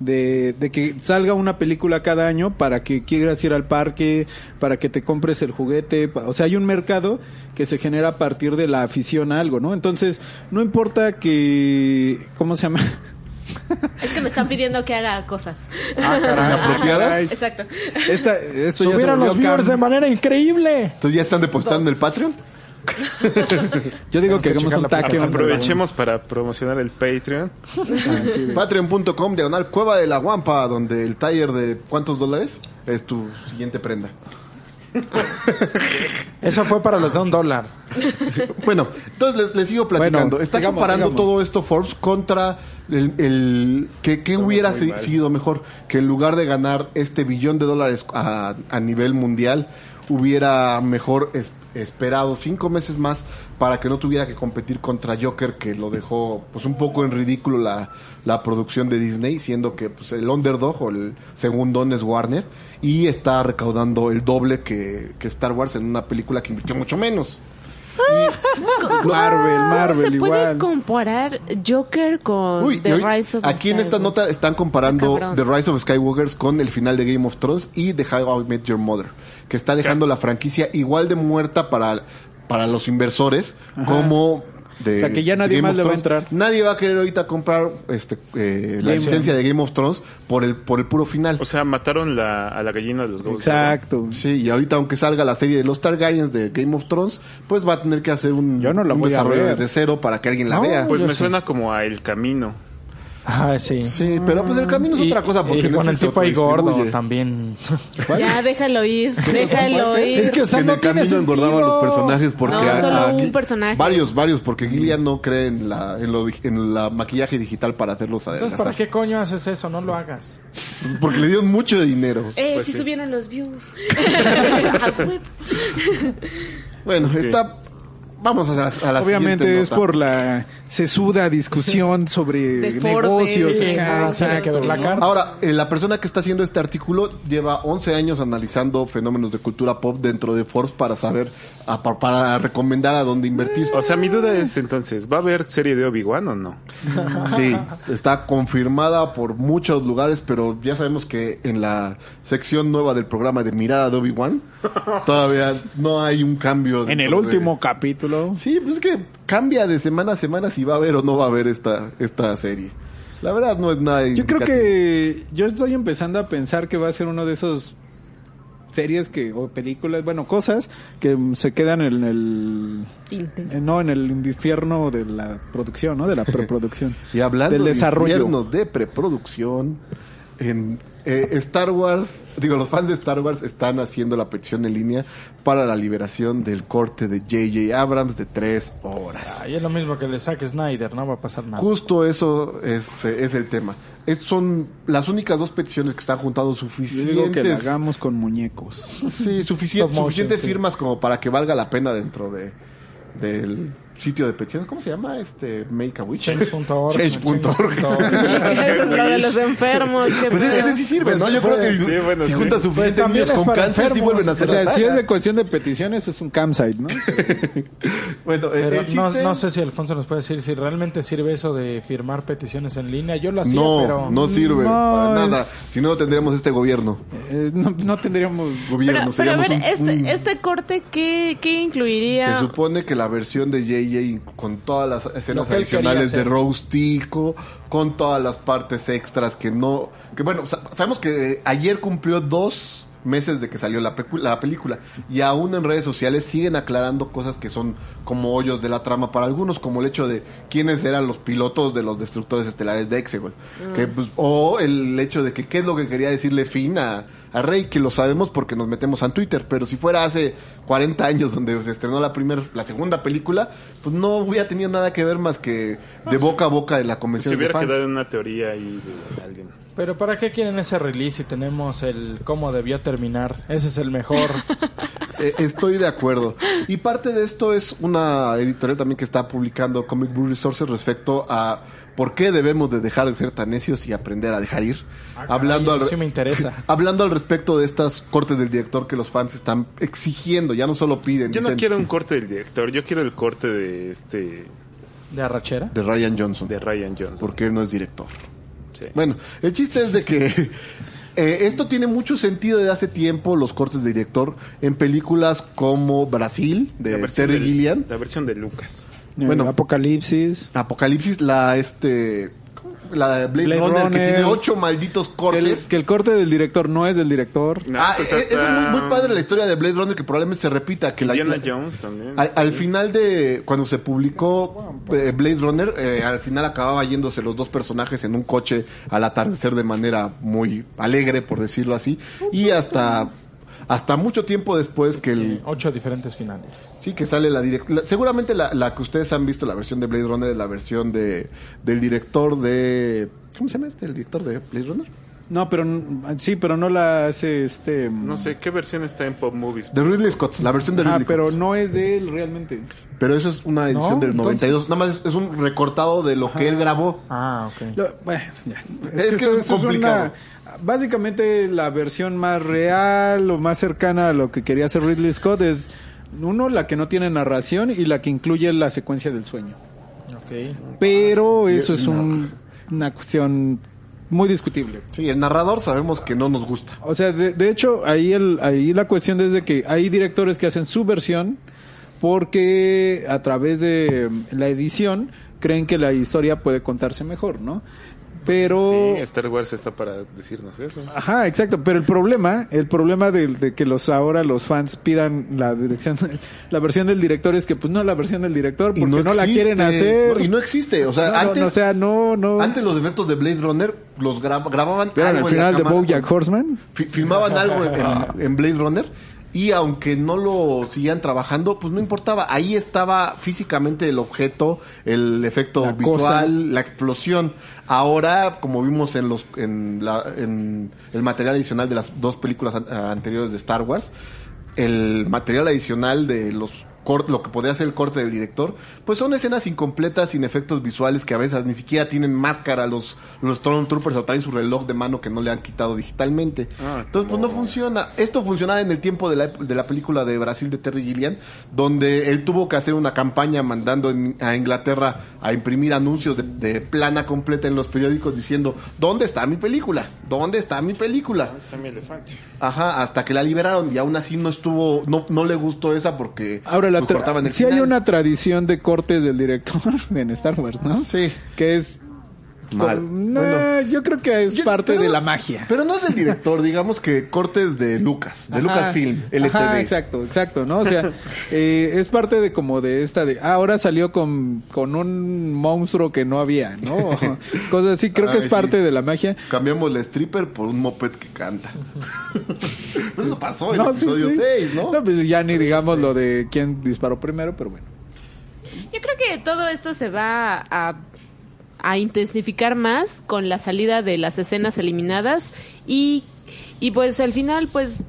S4: de, de que salga una película cada año para que quieras ir al parque, para que te compres el juguete. pa- O sea, hay un mercado que se genera a partir de la afición a algo, ¿no? Entonces, no importa que... ¿Cómo se llama?
S1: Es que me están pidiendo que haga cosas.
S3: Ah, caray.
S2: ¿Apropiadas?
S1: Exacto.
S4: Esta, esto ya se
S3: Subieron los
S4: volvió
S3: viewers
S4: cam-
S3: de manera increíble.
S2: Entonces ya están depositando en el Patreon.
S4: Yo digo
S3: Tengo
S4: que
S3: que
S4: hagamos
S3: checar
S4: un
S3: la
S4: taque.
S3: aplicación.
S4: hombre.
S5: Aprovechemos para promocionar el Patreon.
S4: Ah,
S2: Patreon.com, diagonal Cueva de la Guampa, donde el taller de cuántos dólares es tu siguiente prenda.
S3: Eso fue para los de un dólar.
S2: Bueno, entonces les, les sigo platicando.
S4: Bueno,
S2: Está
S4: sigamos,
S2: comparando
S4: sigamos.
S2: todo esto Forbes contra el, el que, que hubiera
S5: muy
S2: si-
S5: mal.
S2: sido mejor que en lugar de ganar este billón de dólares a, a nivel mundial hubiera mejor es- esperado cinco meses más para que no tuviera que competir contra Joker que lo dejó pues un poco en ridículo la, la producción de Disney siendo que pues, el underdog o el segundón es Warner y está recaudando el doble que, que Star Wars en una película que invirtió mucho menos.
S4: Marvel, Marvel
S1: ¿Se puede
S4: igual.
S1: comparar Joker con
S2: Uy, y
S1: The
S2: hoy-
S1: Rise of
S2: aquí en
S1: Skywalker?
S2: esta nota están comparando
S1: Ah, cabrón.
S2: The Rise of Skywalker con el final de Game of Thrones y The How I Met Your Mother, que está dejando la franquicia igual de muerta para, para los inversores como de
S4: O sea, que ya
S2: de
S4: nadie
S2: Game of
S4: más le va a
S2: Thrones.
S4: entrar.
S2: Nadie va a querer ahorita comprar este eh, la
S4: Game
S2: licencia de Game of Thrones por el por el puro final.
S5: O sea, mataron la, a la gallina de los huevos de oro.
S4: Exacto.
S2: Sí, y ahorita aunque salga la serie de los Targaryens de Game of Thrones, pues va a tener que hacer un,
S4: Yo no la
S2: un
S4: voy a
S2: desarrollo
S4: ver.
S2: desde cero para que alguien la
S3: No,
S2: vea.
S5: Pues
S3: Yo
S5: me
S3: sí.
S5: suena como a El Camino.
S3: Ah, sí.
S2: sí, pero pues el camino es
S3: Y-
S2: otra cosa porque
S3: y con el
S2: Netflix
S3: tipo ahí gordo
S2: autodistribuye.
S3: también.
S1: Ya, déjalo ir. Déjalo ir.
S3: Es que, o sea,
S2: que en
S3: no
S2: el
S3: tiene
S2: camino engordaban
S3: sentido.
S2: los personajes porque
S1: No,
S2: a-
S1: solo
S2: a
S1: un
S2: Gil-
S1: personaje.
S2: varios varios porque Gillian no cree en la en, lo, di- en la maquillaje digital para hacerlos
S3: Entonces,
S2: adelgazar
S3: ¿para qué coño haces eso? No lo hagas.
S2: porque le dieron mucho dinero
S1: Eh,
S5: Pues
S1: sí,
S5: sí.
S1: subieron los views. A huevo.
S2: bueno está Vamos a la, a la
S4: Obviamente
S2: siguiente
S4: es
S2: nota.
S4: por la sesuda discusión sobre
S1: De eh, Ford,
S4: negocios.
S1: de-
S4: acá,
S1: de-
S3: nada tiene que ver la carta.
S2: Ahora, eh, la persona que está haciendo este artículo lleva 11 años analizando fenómenos de cultura pop dentro de Forbes para saber, a- pa- para recomendar a dónde invertir.
S5: O sea, mi duda es entonces, ¿va a haber serie de Obi-Wan o no?
S2: Sí, está confirmada por muchos lugares, pero ya sabemos que en la sección nueva del programa de Mirada de Obi-Wan todavía no hay un cambio.
S4: En el
S2: dentro de-
S4: último capítulo.
S2: Sí, pues es que cambia de semana a semana si va a haber o no va a haber esta, esta serie. La verdad no es nada.
S4: Yo creo
S2: indicativo.
S4: que yo estoy empezando a pensar que va a ser uno de esos series que o películas, bueno, cosas que se quedan en el
S1: Tinte.
S4: eh, no en el infierno de la producción, ¿no? De la preproducción.
S2: Y hablando
S4: del
S2: de
S4: desarrollo.
S2: infiernos de preproducción, en eh, Star Wars, digo, los fans de Star Wars están haciendo la petición en línea para la liberación del corte de J.J. Abrams de tres horas.
S3: Ahí es lo mismo que le saque Snyder, no va a pasar nada.
S2: Justo eso es, eh, es el tema. Es- son las únicas dos peticiones que están juntando
S4: Yo digo que la
S2: suficientes,
S4: hagamos con muñecos.
S2: sí, sufici-
S3: Stop motion,
S2: suficientes
S3: sí.
S2: firmas como para que valga la pena dentro de del sitio de peticiones. ¿Cómo se llama? Este Make a Wish.
S3: Change.org.
S2: Change.org.
S1: Eso es lo de los enfermos. qué
S2: Pues
S1: pedo.
S2: ese sí sirve,
S3: Pues
S2: ¿no? Yo
S3: fue-
S2: creo que
S5: sí, bueno,
S2: si
S5: sí.
S2: juntas suficientes
S3: también
S2: niños
S3: es
S2: con
S3: para
S2: cáncer, sí
S3: enfermos.
S2: vuelven a
S4: O
S2: hacer la
S4: sea, si es
S2: saga.
S4: de cuestión de peticiones, es un campsite, ¿no?
S2: Bueno, el-
S3: Pero
S2: Eh, el
S3: no,
S2: chiste-
S3: no sé si Alfonso nos puede decir si realmente sirve eso de firmar peticiones en línea. Yo lo hacía,
S2: no,
S3: pero
S2: no sirve
S4: No,
S2: para nada.
S4: es-
S2: Si no, no tendríamos este gobierno.
S4: Eh, no, no tendríamos.
S2: Gobierno,
S1: Pero, pero a
S2: seríamos
S1: ver,
S2: un- un-
S1: este, este corte, ¿qué, qué incluiría?
S2: Se supone que la versión de JJ con todas las escenas
S3: Lo que él quería
S2: adicionales de
S3: hacer.
S2: Roustico, con todas las partes extras que no... Que bueno, sa- sabemos que eh, ayer cumplió dos meses de que salió la, pecu- la película y aún en redes sociales siguen aclarando cosas que son como hoyos de la trama para algunos, como el hecho de quiénes eran los pilotos de los destructores estelares de Exegol.
S3: Mm.
S2: Que, pues, o el hecho de que qué es lo que quería decirle Finn a, a Rey, que lo sabemos porque nos metemos a Twitter, pero si fuera hace 40 años donde se estrenó la primera, la segunda película, pues no hubiera tenido nada que ver más que de boca a boca de la convención
S5: Si
S2: de
S5: hubiera
S2: fans.
S5: quedado en una teoría ahí de alguien.
S3: pero ¿para qué quieren ese release si tenemos el cómo debió terminar? Ese es el mejor.
S2: Eh, estoy de acuerdo. Y parte de esto es una editorial también que está publicando Comic Book Resources respecto a por qué debemos de dejar de ser tan necios y aprender a dejar ir.
S3: Ah,
S2: hablando
S3: caray,
S2: al,
S3: eso sí me interesa.
S2: hablando al respecto de estas cortes del director que los fans están exigiendo, ya no solo piden,
S5: Yo no
S2: dicen,
S5: quiero un corte del director, yo quiero el corte de este
S3: ¿De arrachera?
S2: de Ryan Johnson,
S5: de Ryan Johnson.
S2: porque él no es director.
S5: Sí.
S2: Bueno, el chiste es de que eh, esto tiene mucho sentido desde hace tiempo, los cortes de director, en películas como Brasil,
S5: La
S2: de
S5: versión
S2: Terry
S5: de-
S2: Gilliam.
S5: La versión de Lucas.
S2: Bueno.
S4: Bueno, eh, Apocalipsis.
S2: Apocalipsis, la este ¿cómo? la de Blade,
S4: Blade
S2: Runner, que
S4: Runner.
S2: tiene ocho malditos
S4: Que el,
S2: cortes.
S4: que el corte del director no es del director.
S5: No,
S2: Ah,
S5: pues
S2: e-
S5: hasta-
S2: es muy, muy padre la historia de Blade Runner que probablemente se repita que la,
S5: Indiana Jones también.
S2: al, al final de cuando se publicó eh, Blade Runner, eh, al final acababa yéndose los dos personajes en un coche al atardecer de manera muy alegre, por decirlo así, y hasta hasta mucho tiempo después que el
S3: Eh, Ocho diferentes finales.
S2: Sí, que sale la directora. Seguramente la, la que ustedes han visto, la versión de Blade Runner, es la versión de del director de. ¿Cómo se llama este? El director de Blade Runner.
S4: No, pero n- sí, pero no la hace este.
S5: No sé, ¿qué versión está en Pop Movies?
S2: De Ridley Scott, la versión de
S4: Ah,
S2: Ridley
S4: pero
S2: Scott.
S4: no es de él realmente.
S2: Pero eso es una edición
S3: No,
S2: del
S3: entonces-
S2: 92. Nada más es, es un recortado de lo que él grabó.
S3: Ah, ok.
S4: Lo- bueno, ya.
S2: Es que
S4: eso-
S2: es
S4: eso
S2: complicado.
S4: básicamente la versión más real o más cercana a lo que quería hacer Ridley Scott es uno la que no tiene narración y la que incluye la secuencia del sueño.
S3: Ok. Eh,
S4: Pero eso es
S2: Ah, no.
S4: un- una cuestión muy discutible.
S2: Sí, el narrador sabemos que no nos gusta.
S4: O sea, de, de hecho, ahí, el, ahí la cuestión es de que hay directores que hacen su versión porque a través de mm, la edición creen que la historia puede contarse mejor, ¿no? Pero...
S5: Sí, Star Wars está para decirnos eso.
S4: Ajá, exacto, pero el problema, el problema de, de que los ahora los fans pidan la dirección, la versión del director es que pues no la versión del director porque no, la
S2: existe.
S4: quieren hacer.
S2: No, y no existe. O sea,
S4: No, no,
S2: antes,
S4: no, o sea, no, no.
S2: antes los efectos de Blade Runner los gra- grababan.
S4: Vieron el
S2: algo en la
S4: final de
S2: cámara
S4: BoJack
S2: con-
S4: Horseman.
S2: Fi- filmaban algo en, en- en Blade Runner y aunque no lo siguieran trabajando, pues no importaba. Ahí estaba físicamente el objeto, el efecto
S4: La
S2: visual,
S4: cosa.
S2: la explosión. Ahora, como vimos en los en, la, en el material adicional de las dos películas an- anteriores de Star Wars, el material adicional de los cor- lo que podría ser el corte del director, pues son escenas incompletas, sin efectos visuales, que a veces ni siquiera tienen máscara los, los Stormtroopers o traen su reloj de mano que no le han quitado digitalmente.
S5: Ah,
S2: Entonces, pues no funciona. Esto funcionaba en el tiempo de la, ep- de la película de Brasil de Terry Gillian, donde él tuvo que hacer una campaña mandando en- a Inglaterra a imprimir anuncios de, de plana completa en los periódicos diciendo, ¿dónde está mi película? ¿Dónde está mi película?
S5: Está mi elefante.
S2: Ajá, hasta que la liberaron y aún así no estuvo, no, no le gustó esa porque
S4: Ahora, la
S2: pues,
S4: tra-
S2: cortaban el
S4: sí hay
S2: final.
S4: una tradición de cortes del director en Star Wars, ¿no?
S2: Sí.
S4: Que es...
S2: Mal.
S4: con- no, yo creo que es
S2: Yo-
S4: parte
S2: pero
S4: de
S2: no-
S4: la magia.
S2: Pero no es del director, digamos que cortes de Lucas, de Lucasfilm, LTD.
S4: Ajá, exacto, exacto, ¿no? O sea, eh, es parte de como de esta de, ah, ahora salió con, con un monstruo que no había, ¿no? O Cosas así, creo que
S2: Ay,
S4: es
S2: sí.
S4: parte de la magia.
S2: Cambiamos la stripper por un moped que canta. Pues Eso pasó en el
S4: No, sí,
S2: episodio
S4: sí.
S2: 6, ¿no?
S4: No, pues ya ni digamos lo de quién disparó primero, pero bueno.
S1: Yo creo que todo esto se va a, a intensificar más con la salida de las escenas eliminadas y, y pues al final pues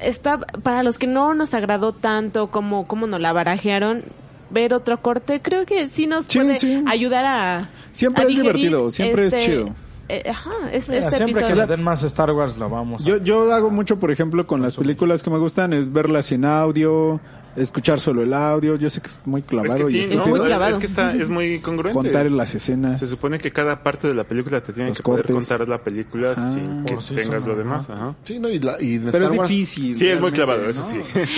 S1: está para los que no nos agradó tanto como, como nos la barajearon ver otro corte creo que sí nos
S4: Sí,
S1: puede
S4: sí.
S1: ayudar a
S4: Siempre
S1: a
S4: es
S1: digerir
S4: divertido, siempre es chido.
S1: eh, ajá, es-
S3: Mira,
S1: este
S3: siempre que
S1: episodio.
S3: nos den más Star Wars lo vamos a...
S4: Yo, yo hago mucho, por ejemplo, con las películas que me gustan, es verlas sin audio, escuchar solo el audio. Yo sé que es muy
S5: Es
S4: clavado
S5: que
S4: y
S5: sí,
S4: es
S5: ¿no?
S1: muy
S5: Es-
S1: clavado.
S5: Es que está, es muy congruente.
S4: contar las escenas.
S5: Se supone que cada parte de la película te tiene
S4: Los
S5: que poder
S4: cortes.
S5: contar la película sin que
S3: Por sí
S5: tengas
S3: sola,
S5: lo demás. Ajá.
S2: Sí, ¿no? Y, la- y en
S4: Pero
S2: Star
S4: es
S2: Wars-
S4: difícil.
S5: Sí, es muy
S4: realmente,
S5: clavado,
S4: ¿no?
S5: eso sí.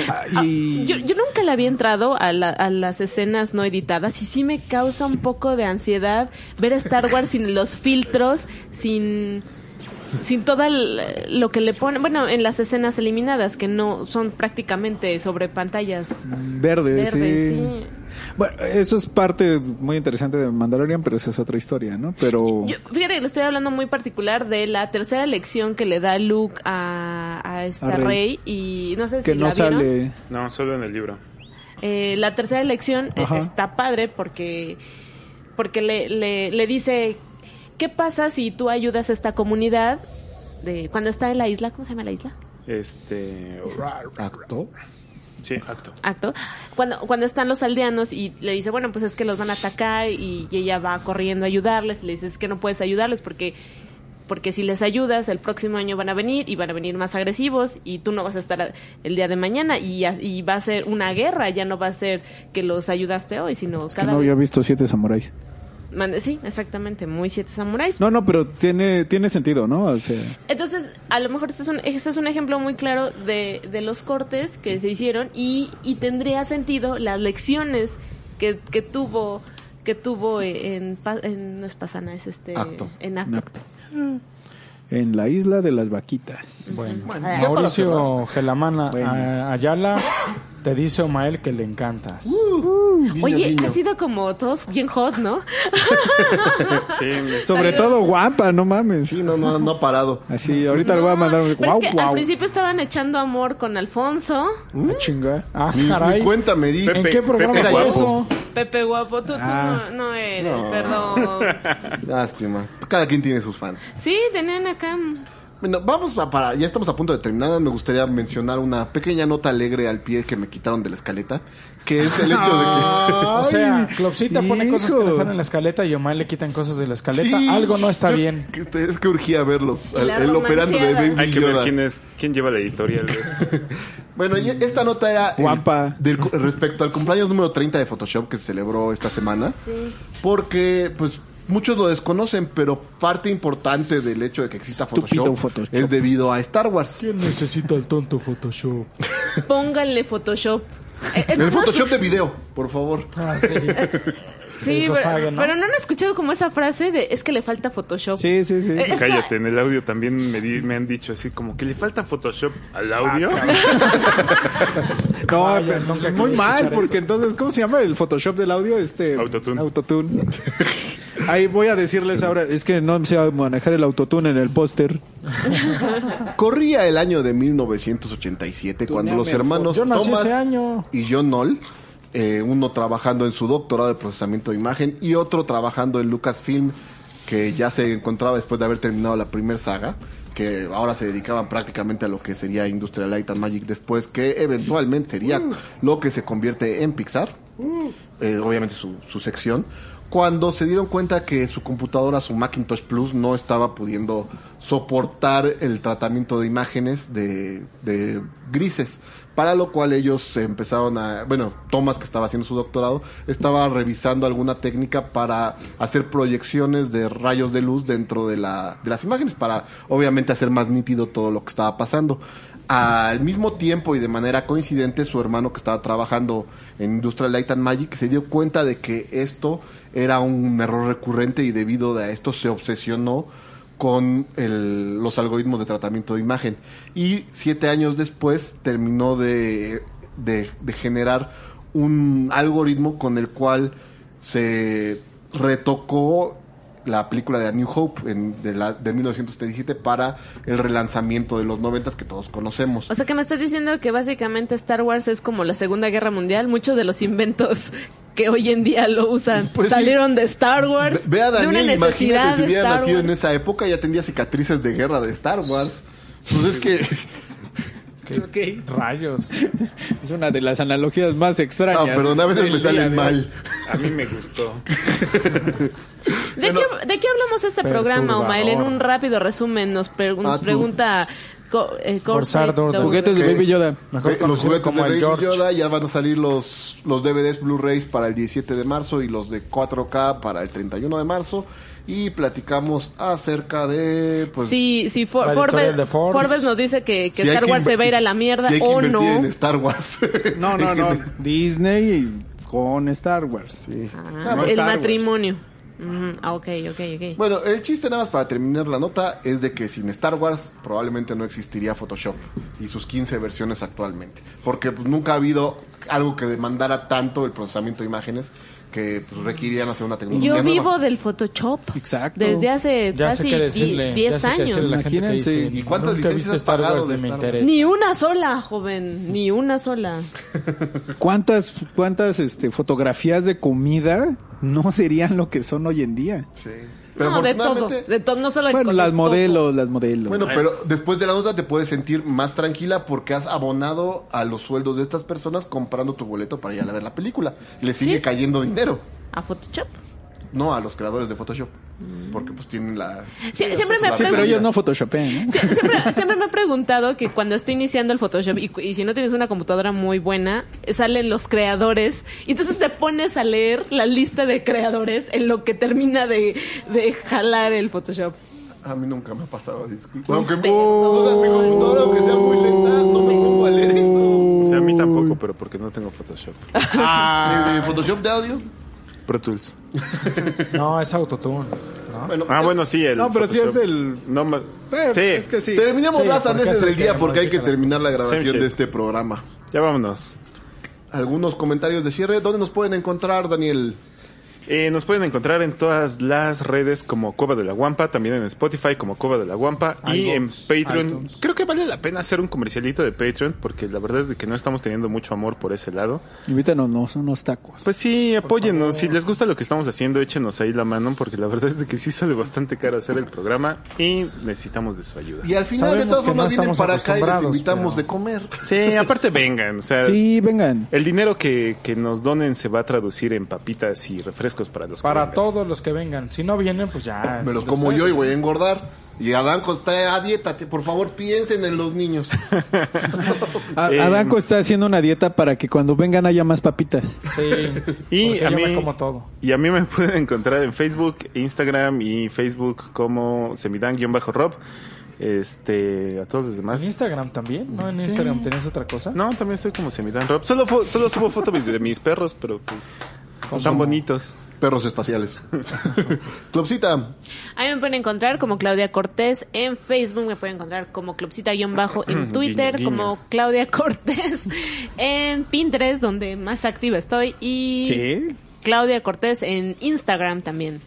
S4: Ah, y...
S1: Yo, yo nunca le había entrado a, la- a las escenas no editadas y sí me causa un poco de ansiedad ver a Star Wars sin los filtros, sin sin todo lo que le ponen, bueno, en las escenas eliminadas que no son prácticamente sobre pantallas
S4: Verde,
S1: verdes,
S4: sí.
S1: sí.
S4: Bueno, eso es parte muy interesante de Mandalorian, pero esa es otra historia, ¿no? Pero
S1: Yo- fíjate que lo estoy hablando muy particular de la tercera lección que le da Luke a, a esta
S4: A Rey.
S1: Rey. y no sé
S4: que
S1: pues, si
S4: no
S1: la vieron.
S4: sale.
S5: No, solo en el libro.
S1: Eh, la tercera elección eh,
S4: Ajá.
S1: está padre porque, porque le, le, le dice, ¿qué pasa si tú ayudas a esta comunidad de cuando está en la isla? ¿Cómo se llama la isla?
S5: Este.
S2: Acto.
S5: Sí, acto.
S1: Acto. Cuando, cuando están los aldeanos y le dice, bueno, pues es que los van a atacar y, y ella va corriendo a ayudarles y le dice, es que no puedes ayudarles porque... Porque si les ayudas, el próximo año van a venir y van a venir más agresivos y tú no vas a estar a- el día de mañana y, a- y va a ser una guerra, ya no va a ser que los ayudaste hoy, sino
S4: Es que
S1: cada
S4: no había
S1: vez.
S4: visto Siete Samuráis.
S1: Mande- sí, exactamente, muy siete samuráis.
S4: No, no, pero tiene, tiene sentido, ¿no? O sea,
S1: Entonces, a lo mejor este es un, este es un ejemplo muy claro de, de los cortes que se hicieron y, y tendría sentido las lecciones que, que tuvo que tuvo eh, en, Pa- en- no es Pasana, es este
S2: Acto.
S1: en acto.
S4: en acto. En la isla de las vaquitas.
S3: Bueno,
S2: Bueno, ya para
S3: Mauricio Gelamana
S4: Bueno.
S3: a- Ayala te dice Omael que le encantas.
S2: Uh, Guiño,
S1: Oye,
S2: guiño.
S1: ha sido como todos bien hot, ¿no?
S5: Sí,
S4: Sobre todo guapa, no mames.
S2: Sí, no, no, no ha parado.
S4: Así, ahorita le voy a mandar un
S1: Pero
S4: wow,
S1: es que al
S4: wow.
S1: principio estaban echando amor con Alfonso,
S4: Ah, chinga.
S3: Ah,
S2: Ni,
S3: caray.
S2: ni cuenta me di.
S5: Pepe.
S3: ¿En qué programa
S5: Pepe
S3: fue
S5: Guapo.
S3: eso?
S1: Pepe Guapo, tú, tú
S4: Ah.
S1: no, no eres,
S2: No.
S1: perdón.
S2: Lástima. Cada quien tiene sus fans.
S1: Sí, tenían acá
S2: Bueno, vamos a para, ya estamos a punto de terminar. Me gustaría mencionar una pequeña nota alegre al pie que me quitaron de la escaleta, que es el hecho de que.
S3: O sea, Clopsita pone cosas que
S4: hijo.
S3: le están en la escaleta y Omael le quitan cosas de la escaleta.
S2: Sí,
S3: Algo no está
S2: yo-
S3: bien.
S2: que- Es que urgía verlos. El,
S1: La
S2: el operando de
S1: romanceada.
S2: Baby
S5: Hay que ver
S2: Yoda.
S5: quién es, quién lleva la editorial de esto.
S2: Bueno, y esta nota era el-
S4: Guapa.
S2: del- respecto al cumpleaños número 30 de Photoshop que se celebró esta semana.
S1: Sí.
S2: Porque, pues, muchos lo desconocen, pero parte importante del hecho de que exista
S4: Estúpido
S2: Photoshop,
S4: Photoshop.
S2: es debido a Star Wars.
S3: ¿Quién necesita el tonto Photoshop?
S1: Pónganle Photoshop. Eh, eh,
S2: El
S1: no,
S2: Photoshop de video, por favor.
S3: Ah, sí.
S1: Sí, pero,
S3: Lo saben, ¿no?
S1: pero no han escuchado como esa frase de es que le falta Photoshop.
S4: Sí, sí, sí.
S1: Eh, esta-
S5: Cállate, en el audio también me, di- me han dicho así como que le falta Photoshop al audio.
S4: No,
S3: Vaya,
S4: pero
S3: nunca quería
S4: muy mal,
S3: escuchar
S4: porque
S3: eso.
S4: entonces, ¿cómo se llama el Photoshop del audio? Este,
S5: Autotune.
S4: Autotune. Ahí voy a decirles ahora, es que no sé manejar el autotune en el póster.
S2: Corría el año de 1987 cuando los hermanos
S3: Yo nací
S2: Thomas
S3: ese año.
S2: y John Knoll, eh, uno trabajando en su doctorado de procesamiento de imagen y otro trabajando en Lucasfilm, que ya se encontraba después de haber terminado la primera saga, que ahora se dedicaban prácticamente a lo que sería Industrial Light and Magic después, que eventualmente sería
S3: Mm.
S2: lo que se convierte en Pixar, eh, obviamente su, su sección, cuando se dieron cuenta que su computadora, su Macintosh Plus, no estaba pudiendo soportar el tratamiento de imágenes de, de grises. Para lo cual ellos empezaron a, bueno, Thomas que estaba haciendo su doctorado, estaba revisando alguna técnica para hacer proyecciones de rayos de luz dentro de, la, de las imágenes, para obviamente hacer más nítido todo lo que estaba pasando. Al mismo tiempo y de manera coincidente, su hermano que estaba trabajando en Industrial Light and Magic se dio cuenta de que esto era un error recurrente y debido a esto se obsesionó con el- los algoritmos de tratamiento de imagen. Y siete años después terminó de, de- de generar un algoritmo con el cual se retocó la película de A New Hope en- de, la, de 1977 para el relanzamiento de los noventas que todos conocemos.
S1: O sea que me estás diciendo que básicamente Star Wars es como la Segunda Guerra Mundial, muchos de los inventos que hoy en día lo usan
S2: Pues sí.
S1: salieron de Star
S2: Ve-
S1: Wars,
S2: Ve a
S1: de una
S2: Daniel,
S1: necesidad
S2: imagínate si
S1: de
S2: hubiera
S1: Star
S2: nacido en
S1: Wars.
S2: esa época ya tendría cicatrices de guerra de Star Wars. Pues es que...
S3: Rayos.
S4: Es una de las analogías más extrañas.
S2: Ah, perdón, a veces
S4: del
S2: me
S4: día
S2: salen
S4: de
S2: mal.
S5: A mí me gustó.
S1: ¿De, qué, de qué hablamos este programa, Omael? En un rápido resumen nos, pregun-
S2: Ah,
S1: nos
S2: tú.
S1: pregunta... Co- eh, Corsey
S3: Dordor.
S4: hoy. Juguetes de
S2: Ok.
S4: Baby Yoda.
S3: Mejor
S2: Eh, los
S3: conocido
S2: juguetes
S3: como
S2: de
S3: el
S2: Baby
S3: George.
S2: Yoda ya van a salir los, los DVDs Blu-rays para el 17 de marzo y los de 4K para el 31 de marzo. Y platicamos acerca de. Pues,
S1: sí, sí, For-
S3: la editorial
S1: Forbes,
S3: de Forbes.
S1: Forbes nos dice que, que
S2: si hay
S1: Star
S2: que
S1: Wars se va a ir
S2: inver-
S1: a la mierda
S2: si hay que
S1: o
S2: invertir
S1: no.
S2: en Star Wars.
S4: No, no, no. Disney con Star Wars.
S1: Ah,
S2: No
S1: el
S2: Star Wars.
S1: matrimonio. Ujú, ah, ok, ok, ok.
S2: Bueno, el chiste nada más para terminar la nota es de que sin Star Wars probablemente no existiría Photoshop y sus 15 versiones actualmente, porque pues, nunca ha habido algo que demandara tanto el procesamiento de imágenes que pues, requerían hacer una tecnología
S1: Yo
S2: nueva.
S1: vivo del Photoshop.
S4: Exacto.
S1: Desde hace
S4: Eh,
S3: Ya sé
S1: casi
S3: qué
S1: die-
S3: decirle.
S1: 10
S3: ya sé qué
S1: años.
S3: decirle a la gente que
S4: Imagínense.
S3: dice,
S2: ¿Y cuántas
S3: "Nunca he
S2: licencias
S3: visto Star
S2: has pagado
S3: Wars,
S2: de
S3: ni me
S2: Star Wars"?
S3: interesa.
S1: Ni una sola, joven. Ni una sola.
S4: ¿Cuántas, cuántas este, fotografías de comida no serían lo que son hoy en día?
S2: Sí. Pero
S1: no, de todo.
S2: afortunadamente-
S1: De todo, no solo
S4: Bueno,
S1: con-
S4: las
S1: todo.
S4: modelos, las modelos.
S2: Bueno, pero después de la nota te puedes sentir más tranquila porque has abonado a los sueldos de estas personas comprando tu boleto para ir a ver la película. Le sigue
S1: Sí.
S2: cayendo dinero,
S1: A Photoshop.
S2: no a los creadores de Photoshop, porque pues tienen la...
S1: Sie-
S2: Sí,
S1: siempre
S2: o sea,
S1: me
S2: la
S4: sí, pero
S2: realidad.
S4: ellos no photoshopean, ¿no?
S1: Sie- Siempre, siempre me he preguntado que cuando estoy iniciando el Photoshop y, cu- y si no tienes una computadora muy buena, eh, salen los creadores y entonces te pones a leer la lista de creadores en lo que termina de, de jalar el Photoshop.
S2: A mí nunca me ha pasado, disculpa. Aunque
S1: Pero-
S2: o sea, mi computadora, aunque sea muy lenta, no me pongo a leer
S5: O
S2: eso.
S5: sea, a mí tampoco, pero porque no tengo Photoshop.
S3: Ah.
S2: Eh, Photoshop de audio.
S5: Pro Tools.
S3: No, es Autotune. ¿no?
S2: Bueno,
S5: Ah, bueno, sí. El
S4: No, pero sí
S5: Photoshop.
S4: es el-
S5: No, ma-
S4: Pero
S5: sí.
S4: Es que sí.
S2: terminamos
S3: Sí,
S2: las
S3: porque
S2: anécdotas
S3: hace
S2: del
S3: que
S2: día porque hay que
S3: modifican las
S2: terminar la
S5: cosas.
S2: grabación
S5: Same
S2: de
S5: shit.
S2: este programa.
S5: Ya vámonos.
S2: Algunos comentarios de cierre. ¿Dónde nos pueden encontrar, Daniel?
S5: Eh, nos pueden encontrar en todas las redes como Cueva de la Guampa, también en Spotify como Cueva de la Guampa y en
S3: iTunes,
S5: Patreon.
S3: iTunes.
S5: Creo que vale la pena hacer un comercialito de Patreon porque la verdad es de que no estamos teniendo mucho amor por ese lado.
S4: Invítanos unos, unos tacos.
S5: Pues sí, apóyennos. Si les gusta lo que estamos haciendo, échenos ahí la mano porque la verdad es de que sí sale bastante caro hacer el programa y necesitamos de su ayuda.
S2: Y al final,
S3: Sabemos
S2: de todas
S3: que no
S2: formas, vienen
S3: estamos
S2: para acá y les
S3: acostumbrados,
S2: invitamos
S3: pero-
S2: de comer.
S5: Sí, aparte vengan. O sea,
S4: sí, vengan.
S5: el dinero que, que nos donen se va a traducir en papitas y refrescos para los que
S3: Para
S5: vengan.
S3: todos los que vengan. Si no vienen, pues ya.
S2: Me los
S3: es-
S2: como
S3: ustedes.
S2: yo y voy a engordar. Y Adanco está a dieta. Te- Por favor, piensen en los niños.
S4: A-
S5: Eh,
S4: Adanco está haciendo una dieta para que cuando vengan haya más papitas.
S3: Sí.
S5: Y
S3: porque
S5: a,
S3: yo
S5: mí,
S3: me como todo.
S5: y a mí me pueden encontrar en Facebook, Instagram y Facebook como Semidan-Rob. Este, a todos los demás.
S3: ¿En Instagram también? ¿No en Instagram tenías otra cosa?
S5: No, también estoy como Semidan-Rob. Solo, fo- solo subo fotos de mis perros, pero pues no tan bonitos.
S2: Perros espaciales. Clubcita.
S1: Ahí me pueden encontrar como Claudia Cortés en Facebook, me pueden encontrar como Clubcita-bajo en Twitter,
S5: Guiño, guiño.
S1: como Claudia Cortés en Pinterest, donde más activa estoy, y Claudia Cortés en Instagram también.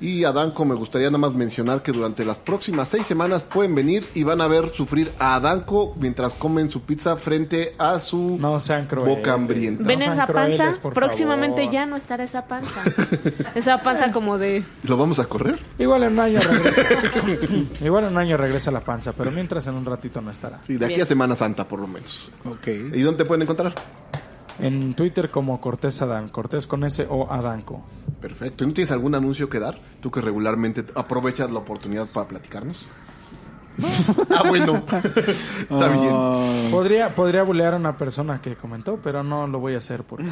S2: Y a Danco me gustaría nada más mencionar que durante las próximas seis semanas pueden venir y van a ver sufrir a Danco mientras comen su pizza frente a su
S3: No sean crueles.
S2: boca hambrienta.
S3: No
S1: Ven
S3: sean
S1: esa panza,
S3: crueles, por
S1: próximamente
S3: favor.
S1: ya no estará esa panza. esa panza como de...
S2: ¿Lo vamos a correr?
S3: Igual en un año regresa. Igual en un año regresa la panza, pero mientras en un ratito no estará.
S2: Sí, de aquí a
S1: Bien.
S2: Semana Santa por lo menos.
S4: Ok.
S2: ¿Y dónde te pueden encontrar?
S3: En Twitter como Cortés Adán, Cortés con S o Adanco.
S2: Perfecto. ¿Y no tienes algún anuncio que dar? Tú que regularmente aprovechas la oportunidad para platicarnos. ah, bueno. Está bien.
S4: Ah,
S3: Podría, podría bulear a una persona que comentó, pero no lo voy a hacer porque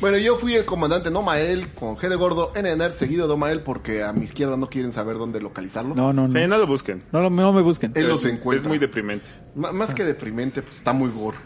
S2: Bueno, yo fui el comandante Nomael con G de Gordo, NNR, seguido de Omael, porque a mi izquierda no quieren saber dónde localizarlo.
S4: No, no,
S5: Sí,
S4: no.
S5: no lo busquen.
S4: No, lo- no me busquen.
S2: Él los
S5: Es-
S2: encuentra.
S5: Es muy deprimente.
S2: M- más que deprimente, pues está muy gore.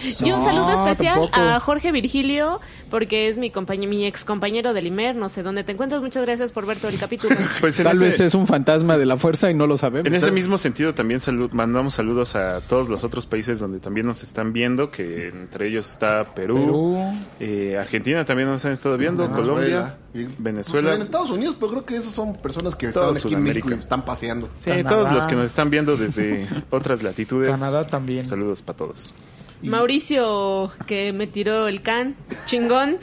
S1: Y un
S4: No,
S1: saludo especial
S4: tampoco.
S1: a Jorge Virgilio, porque es mi, compañe- mi ex compañero del IMER, no sé dónde te encuentras. Muchas gracias por ver todo el capítulo.
S5: Pues en
S4: Tal
S5: ese-
S4: vez es un fantasma de la fuerza y no lo
S5: En
S4: sabemos.
S5: ese mismo sentido también salu- mandamos saludos a todos los otros países donde también nos están viendo, que entre ellos está Perú,
S3: Perú.
S5: eh, Argentina también nos han estado viendo, Colombia,
S2: Y-
S5: Venezuela.
S2: En Estados Unidos, pero creo que esos son personas que
S5: Todo
S2: estaban aquí en México y
S5: Sudamérica.
S2: están paseando.
S5: Sí,
S3: Canadá.
S5: todos los que nos están viendo desde otras latitudes.
S3: Canadá también.
S5: Saludos para todos.
S1: Mauricio, que me tiró el can, chingón.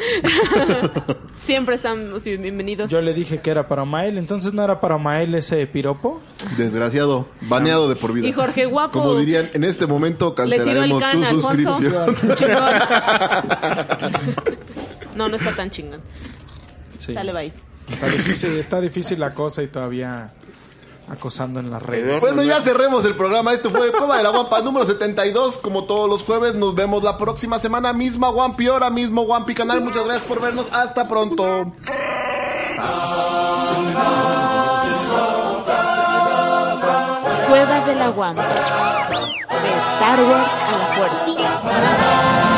S1: Siempre estamos bienvenidos.
S3: yo le dije que era para Mael, entonces no era para Mael ese piropo.
S2: Desgraciado, baneado de por vida.
S1: Y Jorge Guapo.
S2: Como dirían, en este momento
S1: Le tiró el
S2: cancelaremos
S1: can a
S2: tu
S1: Alfonso.
S2: suscripción.
S1: Chingón. No, no está tan chingón.
S3: Sí.
S1: Sale, bye.
S3: Está difícil, está difícil la cosa y todavía acosando en las redes.
S2: Bueno, ya cerremos el programa. Esto fue Cueva de la Guampa número 72. Como todos los jueves, nos vemos la próxima semana. Misma Guampi, hora mismo Guampi Canal. Muchas gracias por vernos. Hasta pronto.
S6: Cueva de la Guampa. De Star Wars a la fuerza.